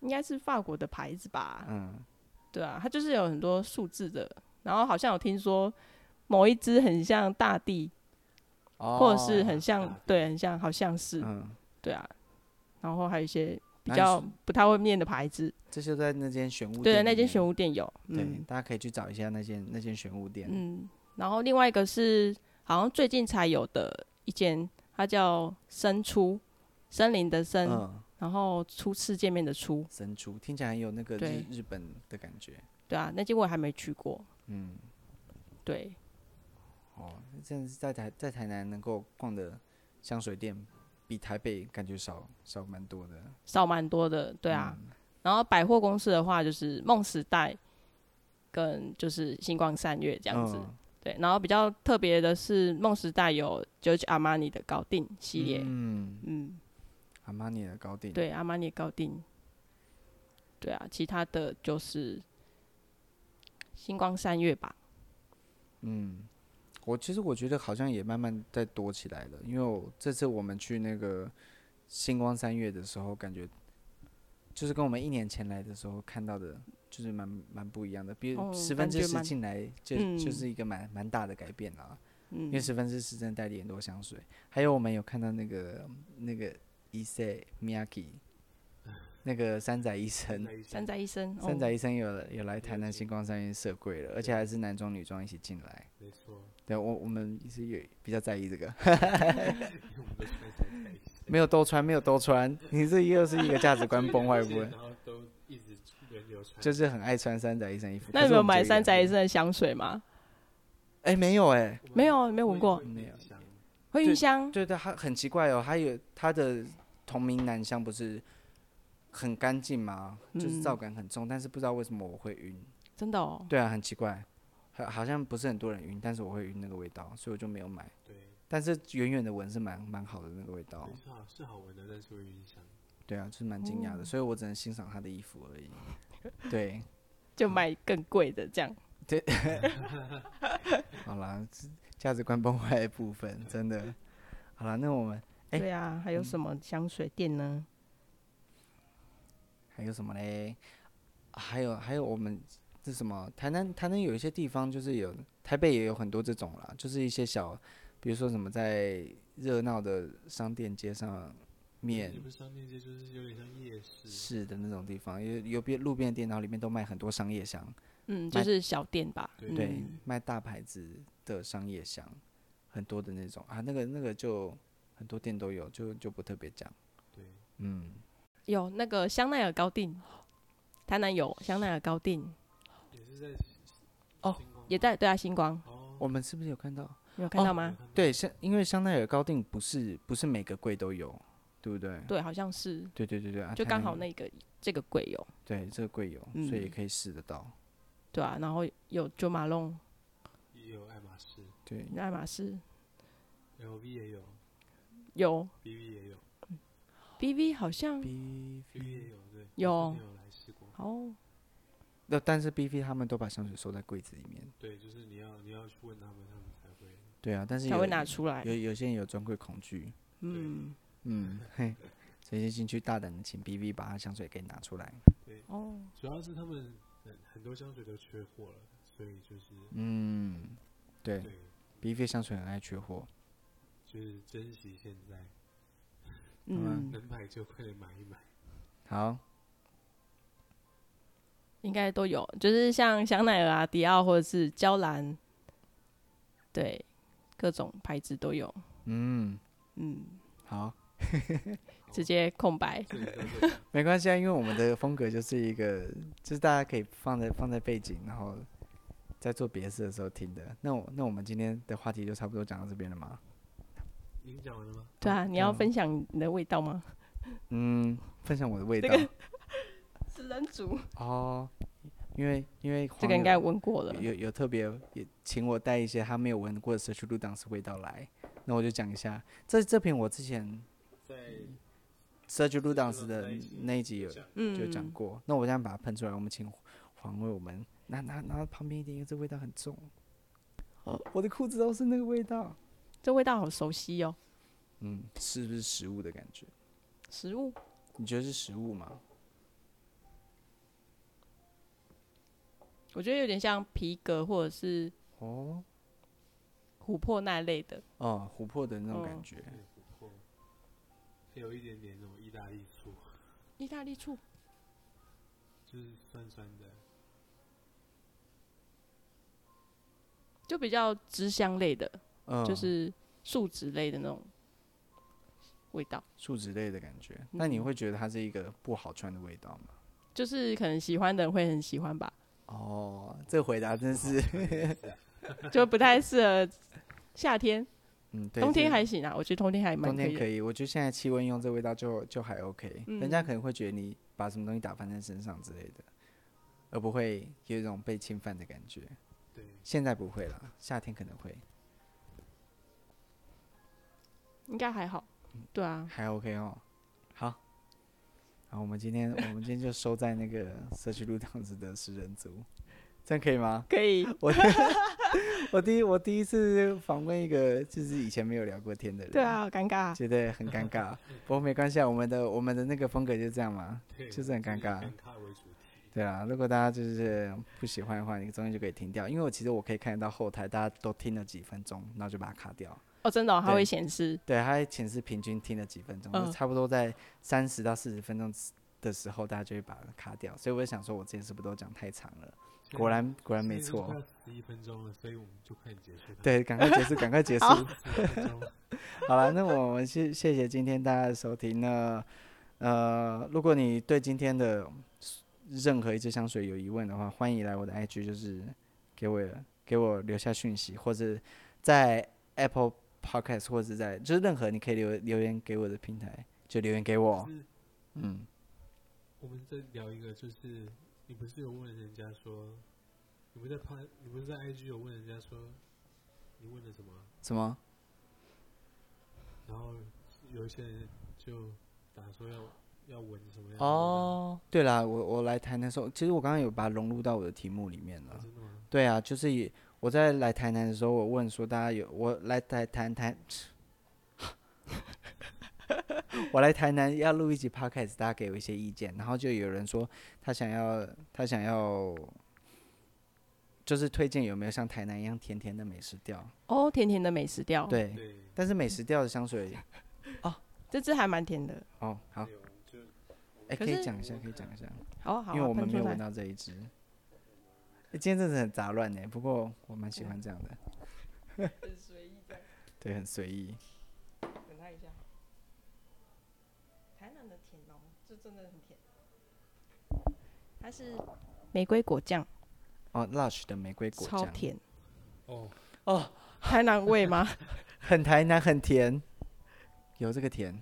S2: 应该是法国的牌子吧？
S1: 嗯，
S2: 对啊，它就是有很多数字的，然后好像有听说某一只很像大地，
S1: 哦，
S2: 或者是很像
S3: 大地，
S2: 对，很像，好像是，
S1: 嗯，
S2: 对啊，然后还有一些比
S1: 那你
S2: 较
S1: 是
S2: 不太会念的牌子，
S1: 这就在那间选物
S2: 对，
S1: 店
S2: 那
S1: 里
S2: 间
S1: 面
S2: 玄武店有，
S1: 对，
S2: 嗯
S1: 大家可以去找一下那间那间玄武店。
S2: 嗯，然后另外一个是好像最近才有的一间，它叫深出，森林的森，
S1: 嗯
S2: 然后初次见面的初，
S1: 神猪听起来很有那个日
S2: 对
S1: 日本的感觉。
S2: 对啊，那间我还没去过。
S1: 嗯，
S2: 对，
S1: 哦，这样子在台在台南能够逛的香水店，比台北感觉少少蛮多的。
S2: 少蛮多的，对啊。
S1: 嗯
S2: 然后百货公司的话，就是梦时代跟就是星光三月
S1: 这
S2: 这样子，对。然后比较特别的是，梦时代有 George Armani 的高定系列，
S1: 嗯，
S2: 嗯，
S1: 阿玛尼的高定。，
S2: 对，阿玛尼高定，对啊。其他的就是星光三月吧，
S1: 嗯，我其实我觉得好像也慢慢在多起来了，因为我这次我们去那个星光三月的时候，感觉就是跟我们一年前来的时候看到的，就是蛮蛮不一样的。比如
S2: 哦
S1: 十分
S2: 感
S1: 之
S2: 觉
S1: 十
S2: 蛮
S1: 进来就、就
S2: 嗯
S1: 是一个蛮蛮大的改变啦。因为
S2: 嗯，
S1: 十分之十真的代理很多香水，还有我们有看到那个那个伊塞 Miyagi，那个山仔医生，
S2: 山寨医生，
S1: 山
S2: 哦
S1: 仔医生有有来台南星光三院设柜了，而且还是男装女装一起进来。
S3: 没错，
S1: 对我我们是有比较在意 这个，
S3: 因为我们都穿山寨衣服，
S1: 没有都穿，没有都穿，你这又是一个价值观崩坏
S3: 而
S1: 不
S3: 且
S1: 会？
S3: 然后都一直轮流穿，
S1: 就是很爱穿山仔医生衣服。
S2: 那
S1: 可
S2: 你
S1: 是
S2: 们有
S1: 我们
S2: 买
S1: 觉得
S2: 山
S1: 也
S2: 仔
S1: 还
S2: 医生的香水吗？
S1: 好？哎，没有哎、
S2: 没有，没有闻过
S3: 会。
S1: 没有
S3: 影响
S2: 会
S1: 对
S2: 晕香，
S1: 对对，他很奇怪哦，他有他的同名男香不是很干净吗？
S2: 嗯
S1: 就是皂感很重，但是不知道为什么我会晕。
S2: 真的哦。
S1: 对啊，很奇怪，好好像不是很多人晕，但是我会晕那个味道，所以我就没有买。
S3: 对，
S1: 但是远远的闻是蛮蛮好的那个味道
S3: 没，错，是好闻的，但是会影响。
S1: 对啊，就是蛮惊讶的，所以我只能欣赏他的衣服而已。对，嗯
S2: 就买更贵的这样。
S1: 好啦，这价值观崩坏的部分真的，好啦，那我们哎
S2: 对啊，
S3: 嗯
S2: 还有什么香水店呢？
S1: 还有什么嘞？啊还有还有我们这什么台南台南有一些地方就是有台北也有很多这种啦，就是一些小，比如说什么在热闹的商店街上面
S3: 你们商店街就是有点像夜市，
S1: 是的那种地方，有有边路边的店，然后里面都卖很多商业香，
S2: 嗯，
S1: 买
S2: 就是小店吧。
S3: 对
S2: 嗯
S1: 对，卖大牌子的商业香，很多的那种啊，那个那个就很多店都有，就就不特别讲，
S3: 对，
S1: 嗯，
S2: 有那个香奈儿高定，台南有香奈儿高定，
S3: 也是在
S2: 哦
S3: 星光
S2: 也在对啊，星光，
S3: 哦，
S1: 我们是不是有看到？
S2: 你有看到
S3: 有
S2: 吗？
S3: 看到
S1: 对，香因为香奈儿高定不是不是每个柜都有，对不对？
S2: 对，好像是，
S1: 对对对对，啊
S2: 就
S1: 台
S2: 刚
S1: 南
S2: 好
S1: 有
S2: 那嗯个这个柜有，
S1: 对这个柜有，所以也可以试得到。
S2: 对啊，然后有九马龙、
S3: 也有爱马仕
S1: 对，
S2: 爱马仕，
S3: ，LV 也有
S2: 有
S3: ，BV 也有
S2: BV 好像
S1: B
S3: ，BV 也有，对，
S2: 有
S3: 我之前有来试过，
S2: 哦，
S1: 那但是 B V 他们都把香水收在柜子里面。
S3: 对，就是你要你要去问他们，他们才会。
S1: 对啊，但是
S2: 才
S1: 有
S2: 会拿出来
S1: 有。有些人有专柜恐惧，
S2: 嗯，
S1: 嗯，嘿，所以就进去大胆的请 B V 把他香水给拿出来。
S2: 哦，
S3: 主要是他们很很多香水都缺货了，所以就是
S1: 嗯，对
S3: 对，
S1: ，B V 香水很爱缺货。
S3: 就是珍惜现在，
S2: 嗯，
S3: 能买就快点买一买。
S1: 好，
S2: 应该都有，就是像香奈儿啊、迪奥或者是娇兰，对，各种牌子都有，
S1: 嗯，
S2: 嗯，
S1: 好，
S2: 直接空白。
S1: 哦
S3: 这里到这里，
S1: 没关系啊，因为我们的风格就是一个，就是大家可以放在放在背景，然后在做别的事的时候听的。那我那我们今天的话题就差不多讲到这边了吗？
S3: 您讲完了吗？
S2: 对啊，你要
S1: 嗯
S2: 分享你的味道吗？
S1: 嗯，分享我的味道、
S2: 食人族
S1: 哦，因为因为
S2: 这
S1: 黄
S2: 个应
S1: 友
S2: 该闻过了
S1: 哦有，有有特别也请我带一些他没有闻过的社区入档次味道来，那我就讲一下。这这瓶我之前
S3: 在
S1: 社区入档次
S3: Ludance
S1: 的
S3: 那一集
S1: 那一集有
S3: 讲
S2: 嗯，
S1: 就讲过，那我现在把它喷出来，我们请黄为我们拿拿拿旁边一点，因为这味道很重。哦， 我的裤子都是那个味道。
S2: 这味道好熟悉哦，
S1: 嗯，是不是食物的感觉？
S2: 食物
S1: 你觉得是食物吗？
S2: 我觉得有点像皮革或者是
S1: 哦
S2: 琥珀那类的，
S1: 哦，琥珀的那种感
S2: 哦
S1: 觉。
S3: 对琥珀，还有一点点那种意大利醋，
S2: 意大利醋
S3: 就是酸酸的，
S2: 就比较枝香类的，
S1: 嗯，
S2: 就是树脂类的那种，味道，
S1: 树脂类的感觉。
S2: 嗯
S1: 那你会觉得它是一个不好穿的味道吗？
S2: 就是可能喜欢的人会很喜欢吧，
S1: 哦，这回答真是，
S2: 就不太适合夏天，
S1: 嗯，对，
S2: 冬天
S1: 这
S2: 还行啊，我觉得冬天还蛮
S1: 冬
S2: 可以
S1: 天
S2: 的。嗯
S1: 可以，我觉得现在气温用这味道就就还 OK，、人家可能会觉得你把什么东西打翻在身上之类的，而不会有一种被侵犯的感觉。
S3: 对，
S1: 现在不会啦，夏天可能会
S2: 应该还好，
S1: 嗯
S2: 对啊，
S1: 还 OK 哦。好，好，我们今天我们今天就收在那个社区路档子的食人族，这样可以吗？
S2: 可以，
S1: 我我第一我第一次访问一个就是以前没有聊过天的人，
S2: 对，啊，好尴尬啊，
S1: 觉得很尴 尬。不过没关系啊，我们的我们的那个风格就这样嘛，
S3: 对
S1: 就是很尴尬
S3: 以尴尬为主题，
S1: 对啊，如果大家就是不喜欢的话，你中间就可以停掉，因为我其实我可以看得到后台大家都听了几分钟，然后就把它卡掉。
S2: 哦，真的哦，它
S1: 对
S2: 会显示，
S1: 对，它会显示平均听了几分钟，就
S2: 嗯
S1: 差不多在三十到四十分钟的时候，大家就会把它卡掉。所以我就想说，我之前是不是都讲太长了？果然
S3: 啊
S1: 果然没错，
S3: 十一分钟了，所以我们就快点结束它。
S1: 对，赶快结束，赶快结束。
S2: 好
S3: 11分钟，
S1: 好了，那我们谢谢谢今天大家的收听。那呃，如果你对今天的任何一支香水有疑问的话，欢迎来我的 IG，就是给我给我留下讯息，或者在 Apple Podcast 或者在就是任何你可以留留言给我的平台，就留言给我
S3: 就。是
S1: 嗯，
S3: 我们再聊一个，就是你不是有问人家说，你不是在拍，你不是在 IG 有问人家说，你问了什么？
S1: 什么？
S3: 然后有一些人就打说要要闻什么样的味道
S1: 哦，对啦，我我来台南的时候，其实我刚刚有把它融入到我的题目里面了
S3: 啊。真的吗？
S1: 对啊，就是也我在来台南的时候，我问说大家有我来台台台， 我来台南要录一集 podcast，大家给我一些意见，然后就有人说他想要他想要就是推荐有没有像台南一样甜甜的美食调，
S2: 哦，甜甜的美食调，，
S1: 对，
S3: 对，
S1: 但是美食调的香水
S2: 这支还蛮甜的，
S1: 哦好，
S3: 有就
S1: 哎、
S2: 可
S1: 可以
S2: 是
S1: 讲一下，可以讲一下，
S2: 好啊好啊，
S1: 因为我们
S2: 喷
S1: 没
S2: 出
S1: 有
S2: 来
S1: 闻到这一支。哎今天真的很杂乱呢，不过我蛮喜欢这样的，
S2: 很随意的，
S1: 对，很随意。
S2: 等它一下。台南的甜哦，这真的很甜。它是玫瑰果酱，
S1: 哦，Lush 的玫瑰果
S2: 超
S1: 酱，
S2: 甜。
S3: 哦，
S1: 哦，
S2: 台南 味吗？
S1: 很台南，很甜，有这个甜，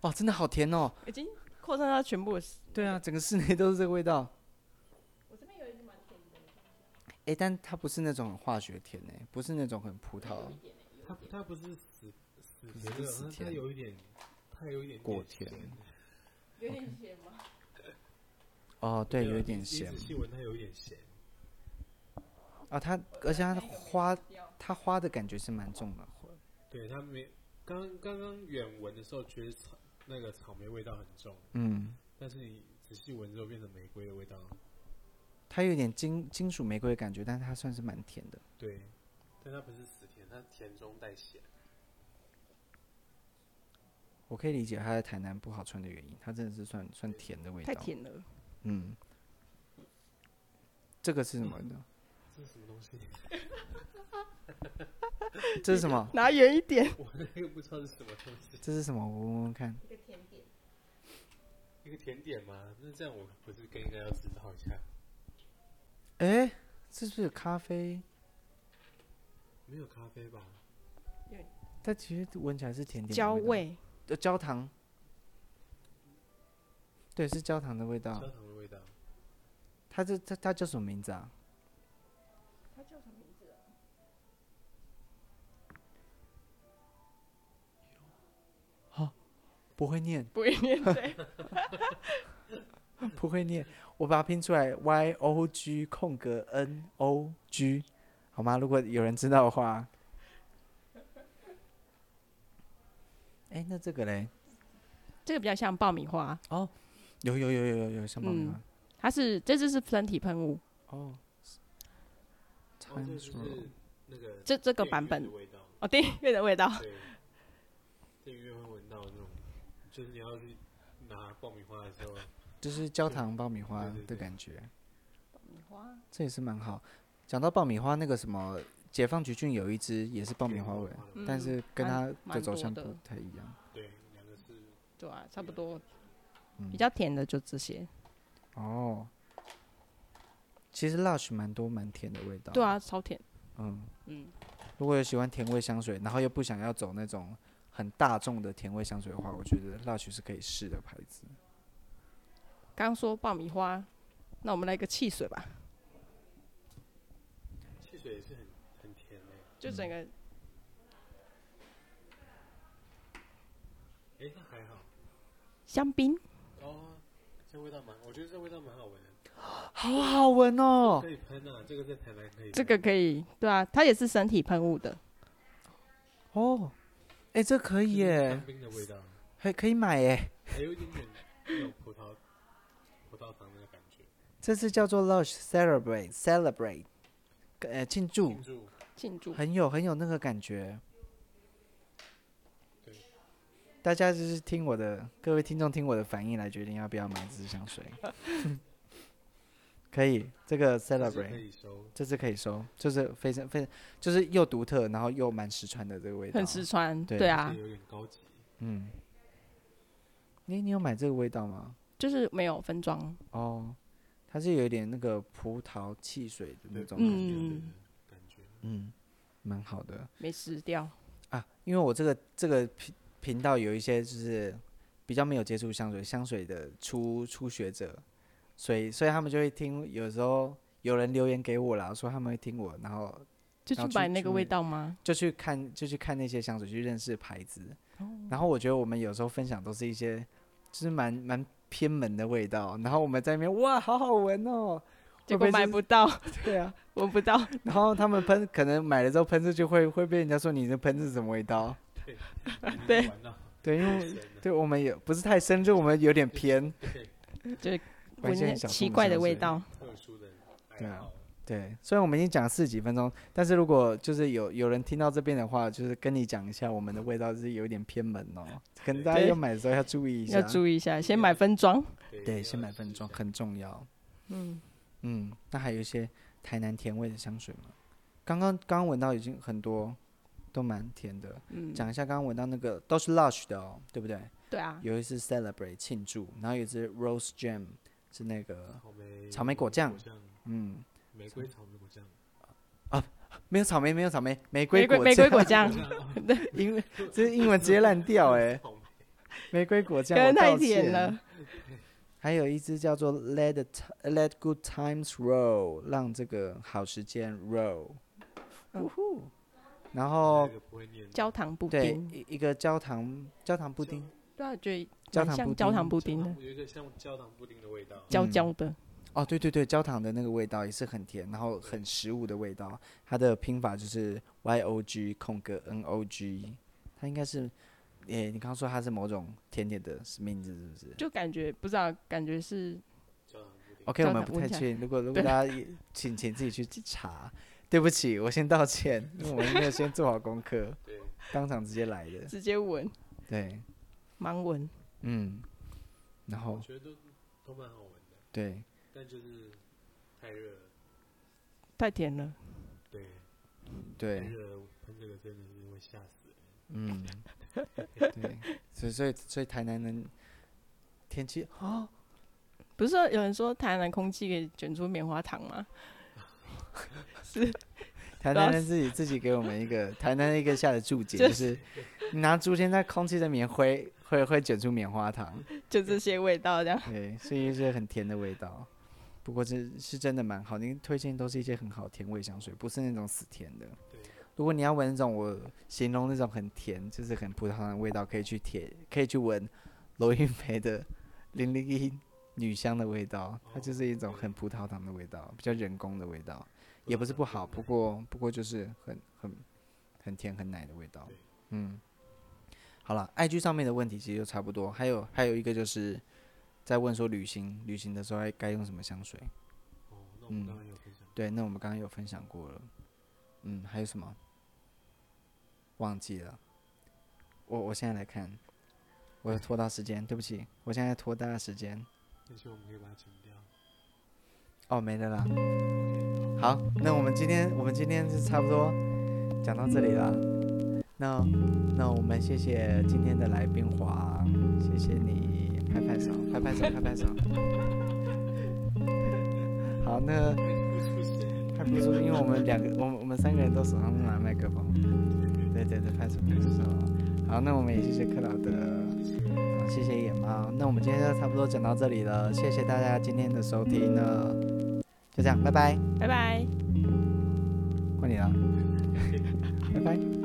S1: 哦，真的好甜哦。
S2: 已经扩散到全部的市。
S1: 对啊，整个室内都是这个味道。
S2: 我这边有一个蛮甜的，
S1: 诶，哎但它不是那种很化学甜诶，不是那种很葡萄
S3: 它它不是死死
S1: 是
S3: 甜的，
S1: 死
S3: 但它
S1: 甜
S3: 有一点，它有一点
S1: 果
S3: 点
S1: 甜。
S3: 咸
S2: 有点甜吗？
S1: 哦，对，
S3: 没
S1: 有一
S3: 你
S1: 点
S3: 你
S1: 咸
S3: 仔细闻它有一点咸，
S1: 啊。它而且它的花，它花的感觉是蛮重的。
S3: 对它没刚刚刚远闻的时候觉得草那个草莓味道很重，
S1: 嗯，
S3: 但是你仔细闻之后变成玫瑰的味道，
S1: 它有点金金属玫瑰的感觉，但是它算是蛮甜的。
S3: 对，但它不是死甜，它甜中带 咸。
S1: 我可以理解它在台南不好穿的原因，它真的是算算甜的味道。
S2: 太。甜了，
S1: 嗯，这个是什么呢？
S3: 这是什么东西？
S1: 这是什么？
S2: 拿远一点。
S3: 我那个不知道是什么东西，
S1: 这是什么？我闻闻看。
S2: 一个甜点，
S3: 一个甜点吗？那这样我不是更应该要知道一下？
S1: 哎、这是咖啡，
S3: 没有咖啡吧？
S1: 它其实闻起来是甜甜的
S2: 焦
S1: 味道，
S2: 味，
S1: 呃，焦糖，对，是焦糖的味道
S2: 啊
S3: 焦。糖的味道，
S1: 它这它它叫什么名字啊？
S2: 它叫什么名字啊？
S1: 啊不会念，
S2: 不会念对，
S1: 不会念，我把它拼出来，Y O G 空格 N O G，好吗？如果有人知道的话，哎、那这个嘞，
S2: 这个比较像爆米花，
S1: 有有有有有有像爆米
S2: 嗯
S1: 花
S2: 它是这只是身体喷雾，
S1: 哦，
S3: 哦，这
S1: Times
S3: 就
S1: Row
S3: 是那个
S2: 这这个
S3: 电影
S2: 版
S3: 院
S2: 本
S3: 的味道。
S2: 哦，电影院的味道。
S3: 对，电影院会闻到那种，就是你要去拿爆米花的时候，
S1: 就是焦糖爆米花
S3: 对对
S1: 的
S3: 对
S1: 感觉。
S2: 米花，
S1: 这也是蛮好。讲到爆米花，那个什么解放橘郡有一只也是爆米花味，
S3: 的味道
S2: 嗯
S1: 但是跟它
S2: 蛮
S1: 的走向
S2: 蛮
S1: 不
S2: 多的
S1: 太一样。
S3: 对，两个是
S2: 对啊，差不多，
S1: 嗯
S2: 比较甜的就这些。
S1: 哦，其实 Lush 蛮多蛮甜的味道。
S2: 对，啊，超甜。
S1: 嗯，
S2: 嗯，
S1: 如果有喜欢甜味香水，然后又不想要走那种很大众的甜味香水的话，我觉得 Lush 是可以试的牌子。
S2: 刚说爆米花，那我们来个汽水吧，
S3: 汽水也是很很甜的、
S2: 就整个
S3: 诶，那还好
S2: 香槟，
S3: 哦，这味道蛮，我觉得这味道蛮好闻的，
S1: 好好闻哦！
S3: 可以喷啊，这个在台南可以喷，
S2: 这个可以，对啊，它也是身体喷雾的，
S1: 哦，哎、这可以
S3: 耶，
S1: 耶
S3: 香，槟的味道，
S1: 还可以买耶。
S3: 还有一点点那种葡萄葡萄糖那个感觉，
S1: 这次叫做 Lush Celebrate Celebrate，呃，庆
S2: 嗯
S1: 祝
S3: 庆，祝
S2: 庆祝。
S1: 很有很有那个感觉
S3: 对。
S1: 大家就是听我的，各位听众听我的反应来决定要不要买这支香水。 可以，这个
S3: 这是
S1: celebrate
S3: 可以收，
S1: 这次可以收，就是非常非常，就是又独特，然后又蛮实穿的这个味道。
S2: 很实穿，
S1: 对
S2: 对啊
S3: 也，有点高级，
S1: 嗯。你你有买这个味道吗？
S2: 就是没有分装，
S1: 哦，它是有一点那个葡萄汽水的那种感觉，
S2: 嗯，
S3: 感觉
S1: 嗯，蛮好的
S2: 没湿掉。
S1: 啊。因为我这个这个频频道有一些就是比较没有接触香水，香水的初初学者，所以所以他们就会听，有时候有人留言给我啦，说他们会听我，然后
S2: 就
S1: 然后
S2: 去
S1: 去
S2: 买那
S1: 去
S2: 个味道吗？
S1: 就去看就去看那些香水，去认识牌子。然后我觉得我们有时候分享都是一些就是蛮蛮偏门的味道，然后我们在那边哇，好好闻哦，
S2: 结
S1: 会
S2: 果
S1: 被
S2: 买
S1: 就是
S2: 不到，
S1: 对啊。
S2: 闻不到。
S1: 然后他们喷，可能买了之后喷出去会会被人家说你这喷是什么味道？
S2: 对
S3: 玩到
S1: 对，因
S3: 太
S1: 为
S3: 深了，
S1: 对我们也不是太深，就我们有点偏， 关
S2: 闻
S1: 键
S2: 着
S1: 小
S2: 奇
S1: 众
S2: 怪
S1: 香
S2: 的味
S1: 水
S2: 道，
S3: 特殊的爱
S1: 对啊
S3: 好，
S1: 对。虽然我们已经讲四十几分钟，但是如果就是有有人听到这边的话，就是跟你讲一下，我们的味道是有点偏门哦，可能大家
S2: 对
S1: 要买的时候要注意一
S2: 要
S1: 下。
S2: 注意一下，先买分装。
S1: 对，先买分装很重要。
S2: 嗯，
S1: 嗯，那还有一些台南甜味的香水吗？刚刚刚刚闻到已经很多，都蛮甜的。
S2: 嗯
S1: 讲一下刚刚闻到那个都是 Lush 的哦，对不对？
S2: 对啊，
S1: 有一次 Celebrate 庆祝，然后有一支 Rose Jam 是那个
S3: 草莓
S1: 草莓果酱
S3: 果酱，
S1: 嗯，
S3: 玫瑰草莓果酱，
S1: 没有草莓，没有草莓，玫瑰
S2: 玫瑰
S1: 果
S2: 玫瑰
S1: 酱
S2: 果酱，
S1: 因为这是英文直接烂掉哎、玫瑰果
S2: 可
S1: 酱
S2: 能
S1: 我
S2: 太
S1: 道
S2: 甜
S1: 歉
S2: 了。。
S1: 还有一支叫做 Let the ti- Let Good Times Roll，让这个好时间 roll，、
S2: 嗯
S1: 呜呼然
S3: 哦
S1: 后，
S3: 不会念
S2: 焦糖布
S1: 对
S2: 丁，
S1: 一一个焦糖焦糖布丁
S2: 对啊，觉得
S1: 焦
S2: 蛮
S1: 糖布
S2: 像焦
S1: 丁
S2: 糖布
S3: 焦
S2: 丁的
S3: 糖，有一个像焦糖布丁的味道，
S2: 焦
S1: 嗯
S2: 焦的。
S1: 哦，对对对，焦糖的那个味道也是很甜，然后很食物的味道。它的拼法就是 Y O G 空格 N O G，它应该是，诶、你刚刚说它是某种甜点的名字是不是
S2: 就感觉不知道，感觉是
S3: 焦糖布丁。
S1: ？OK，我
S2: 焦
S1: 们
S2: 糖
S1: 不
S2: 闻
S1: 太
S2: 起来
S1: 确定。如 果如果
S2: 对
S1: 大家也请请自己去查，对不起，我先道歉，因为我没有先做好功课，
S3: 对，
S1: 当场直接来 的。
S2: 直接闻，
S1: 对，
S2: 盲闻，
S1: 嗯，然
S3: 我
S1: 后
S3: 觉得都都蛮好闻的，
S1: 对，
S3: 但就是太热了。
S2: 太甜了。
S3: 对，太
S1: 对，
S3: 热了，喷这个真的是会吓死人。
S1: 嗯，对，所以所以所以台南人天气哦。
S2: 不是说有人说台南空气可以卷出棉花糖吗？是
S1: 台南人自己自己给我们一个台南一个下的注解，
S2: 就
S1: 就是你拿竹签在空气的棉灰会会卷出棉花糖，
S2: 就这些味道这样。
S1: 对，所以是很甜的味道。不过这是真的蛮好，您推荐都是一些很好甜味香水，不是那种死甜的。
S3: 对，
S1: 如果你要闻那种我形容那种很甜，就是很葡萄糖的味道，可以去甜，可以去闻罗云培的零零一女香的味道，它
S3: 哦
S1: 就是一种很葡萄糖的味道，比较人工的味道，也不是不好，不过不过就是很很很甜很奶的味道
S3: 对。
S1: 嗯，好了，IG 上面的问题其实就差不多，还有还有一个就是在问说旅行旅行的时候该该用什么香水。
S3: 哦，
S1: 嗯
S3: 那我们刚刚有分享，
S1: 对，那我们刚刚有分享过了。嗯，还有什么？忘记了。我我现在来看，我拖到时间，对不起，我现在拖大家时间。
S3: 也许我们可以把它剪掉。
S1: 哦，没了啦。好，那我们今天我们今天就差不多讲到这里啦。那那我们谢谢今天的来宾华，谢谢你，拍拍手，拍拍手，拍拍手。好，那拍不出，因为我们两个，我们我们三个人都手上拿麦克风。对对对，拍手拍手。好，那我们也谢谢克劳德，好谢谢野猫。那我们今天就差不多讲到这里了，谢谢大家今天的收听呢，就这样，拜拜，
S2: 拜拜。
S1: 换你了，拜拜。